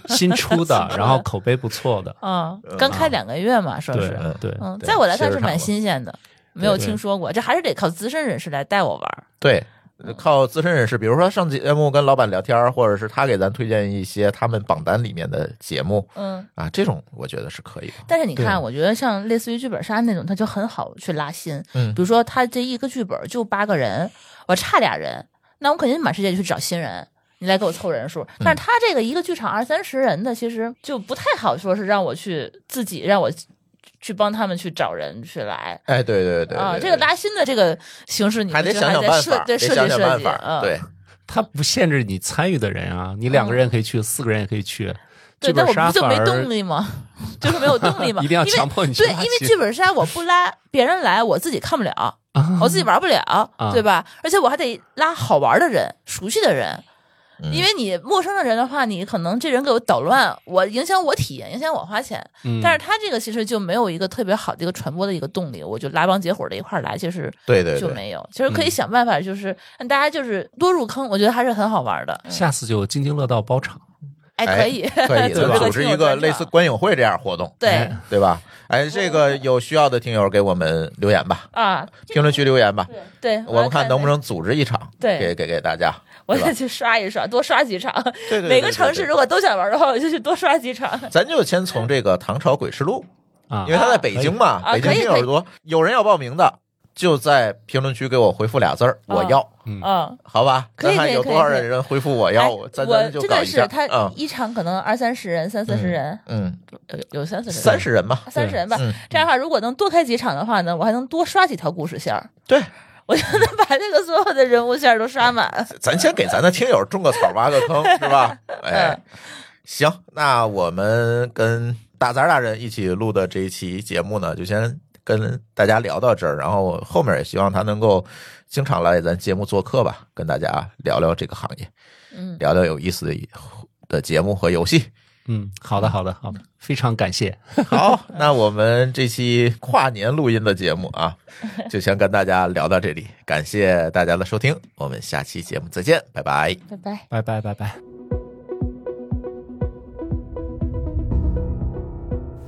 Speaker 2: 新出的，然后口碑不
Speaker 3: <laughs>
Speaker 2: 错的。
Speaker 4: 嗯，刚开两个月嘛，说
Speaker 2: 对
Speaker 4: 是，
Speaker 2: 对，
Speaker 4: 嗯，
Speaker 3: 呃对
Speaker 4: 在我来看
Speaker 3: 其
Speaker 4: 是
Speaker 3: 实差不
Speaker 4: 蛮
Speaker 3: 多
Speaker 4: 新鲜的，没有
Speaker 2: 对
Speaker 4: 听说过，这还是得靠资深人士来带我玩儿。
Speaker 3: 对。呃靠资深人士，比如说上节目跟老板聊天儿，或者是他给咱推荐一些他们榜单里面的节目
Speaker 4: 嗯，
Speaker 3: 啊，这种我觉得是可以的。
Speaker 4: 但是你看，
Speaker 2: 对
Speaker 4: 我觉得像类似于剧本杀那种，它就很好去拉新。
Speaker 3: 嗯
Speaker 4: 比如说他这一个剧本就八个人，我差俩人，那我肯定满世界去找新人。你来给我凑人数，
Speaker 3: 嗯
Speaker 4: 但是他这个一个剧场二三十人的，其实就不太好说是让我去自己让我去帮他们去找人去来
Speaker 3: 哎，对对对
Speaker 4: 啊。
Speaker 3: 对
Speaker 4: 这个
Speaker 3: 对
Speaker 4: 拉新的这个形式，你
Speaker 3: 还
Speaker 4: 们
Speaker 3: 得
Speaker 4: 就
Speaker 3: 想想
Speaker 4: 在
Speaker 3: 办
Speaker 4: 设
Speaker 3: 法，
Speaker 4: 对
Speaker 3: 得
Speaker 4: 设
Speaker 3: 想
Speaker 4: 计
Speaker 3: 想
Speaker 4: 设
Speaker 3: 办
Speaker 4: 计，
Speaker 3: 法。
Speaker 4: 嗯，
Speaker 3: 对，
Speaker 2: 它不限制你参与的人啊，你两个人可以去，四个人也可以去。
Speaker 4: 对，
Speaker 2: 剧本
Speaker 4: 但我
Speaker 2: 杀
Speaker 4: 不就
Speaker 2: 反
Speaker 4: 没
Speaker 2: 而
Speaker 4: 动力吗？ <laughs> 就是没有动
Speaker 3: <laughs>
Speaker 4: 力嘛，
Speaker 2: 一定要
Speaker 4: 因为
Speaker 2: 强迫 <laughs> 你去
Speaker 4: 对，因
Speaker 2: 拉
Speaker 4: 为
Speaker 2: 群
Speaker 4: 剧本杀我不拉，别人来我自己看不了，
Speaker 2: 啊
Speaker 4: 我自己玩不了
Speaker 2: 啊，
Speaker 4: 对吧？而且我还得拉好玩的人、熟悉的人，
Speaker 3: 嗯
Speaker 4: 因为你陌生的人的话，你可能这人给我捣乱，我影响我体验，影响我花钱。
Speaker 2: 嗯
Speaker 4: 但是他这个其实就没有一个特别好的一个传播的一个动力，我就拉帮结伙的一块儿来，其实
Speaker 3: 对对
Speaker 4: 就
Speaker 3: 对，嗯
Speaker 4: 没有。其实可以想办法，就是让大家就是多入坑，我觉得还是很好玩的。
Speaker 2: 下次就津津乐道包场，
Speaker 4: 哎，
Speaker 3: 哎
Speaker 4: 可以，
Speaker 3: 可
Speaker 4: <laughs>
Speaker 3: 以
Speaker 4: 组
Speaker 3: 的
Speaker 4: 织个
Speaker 3: 组
Speaker 4: 亲
Speaker 3: 织
Speaker 4: 友
Speaker 3: 一个
Speaker 4: 专
Speaker 3: 类
Speaker 4: 场
Speaker 3: 似观影会这样活动，
Speaker 4: 对
Speaker 2: 哎
Speaker 3: 对吧？哎，这
Speaker 4: 哦
Speaker 3: 个有需要的听友给我们留言吧，
Speaker 4: 啊，
Speaker 3: 评论区留言吧，
Speaker 4: 对，
Speaker 3: 我们
Speaker 4: 要
Speaker 3: 看能不
Speaker 4: 那
Speaker 3: 能组织一场，
Speaker 4: 对
Speaker 3: 给给给大家。
Speaker 4: 我
Speaker 3: 对吧
Speaker 4: 得去刷一刷，多刷几场。
Speaker 3: 对对对
Speaker 4: 每个
Speaker 3: 对
Speaker 4: 城
Speaker 3: 对
Speaker 4: 市
Speaker 3: 对
Speaker 4: 如果都想玩的话，我就去多刷
Speaker 3: <laughs>
Speaker 4: 几场。
Speaker 3: 咱就先从这个唐朝《鬼事录》，
Speaker 2: 啊
Speaker 3: 因为，他在北京嘛，
Speaker 4: 啊
Speaker 3: 北京
Speaker 4: 可以
Speaker 3: 听友多，有人要报名的，就在评论区给我回复俩字儿，
Speaker 4: 啊
Speaker 3: 我要，
Speaker 4: 嗯，
Speaker 3: 好吧？
Speaker 4: 可以
Speaker 3: 看看
Speaker 4: 可以
Speaker 3: 有
Speaker 4: 可以
Speaker 3: 多少
Speaker 4: 可以
Speaker 3: 人回复我要，
Speaker 4: 哎
Speaker 3: 咱
Speaker 4: 我
Speaker 3: 咱就
Speaker 4: 真
Speaker 3: 搞
Speaker 4: 的
Speaker 3: 一
Speaker 4: 是
Speaker 3: 下，
Speaker 4: 他
Speaker 3: 嗯
Speaker 4: 一场可能二三十人、三四十人，呃
Speaker 3: 嗯，
Speaker 4: 有有三四十人，
Speaker 3: 三十人吧，
Speaker 4: 三十人吧。
Speaker 3: 嗯，
Speaker 4: 这样的话，如果能多开几场的话呢，我还能多刷几条故事线儿。
Speaker 3: 对，
Speaker 4: 我就能把这个所有的人物线儿都
Speaker 3: <laughs>
Speaker 4: 刷满。
Speaker 3: 咱先给咱的听友种个草挖个坑，是吧？哎，行，那我们跟大杂大人一起录的这一期节目呢，就先跟大家聊到这儿，然后后面也希望他能够经常来咱节目做客吧，跟大家聊聊这个行业，
Speaker 4: 嗯，
Speaker 3: 聊聊有意思的的节目和游戏。
Speaker 2: 嗯，好的，好的，好的，非常感谢，
Speaker 3: 好，那我们这期跨年录音的节目啊，就先跟大家聊到这里，感谢大家的收听，我们下期节目再见，拜拜。
Speaker 4: 拜拜。
Speaker 2: 拜拜，拜拜。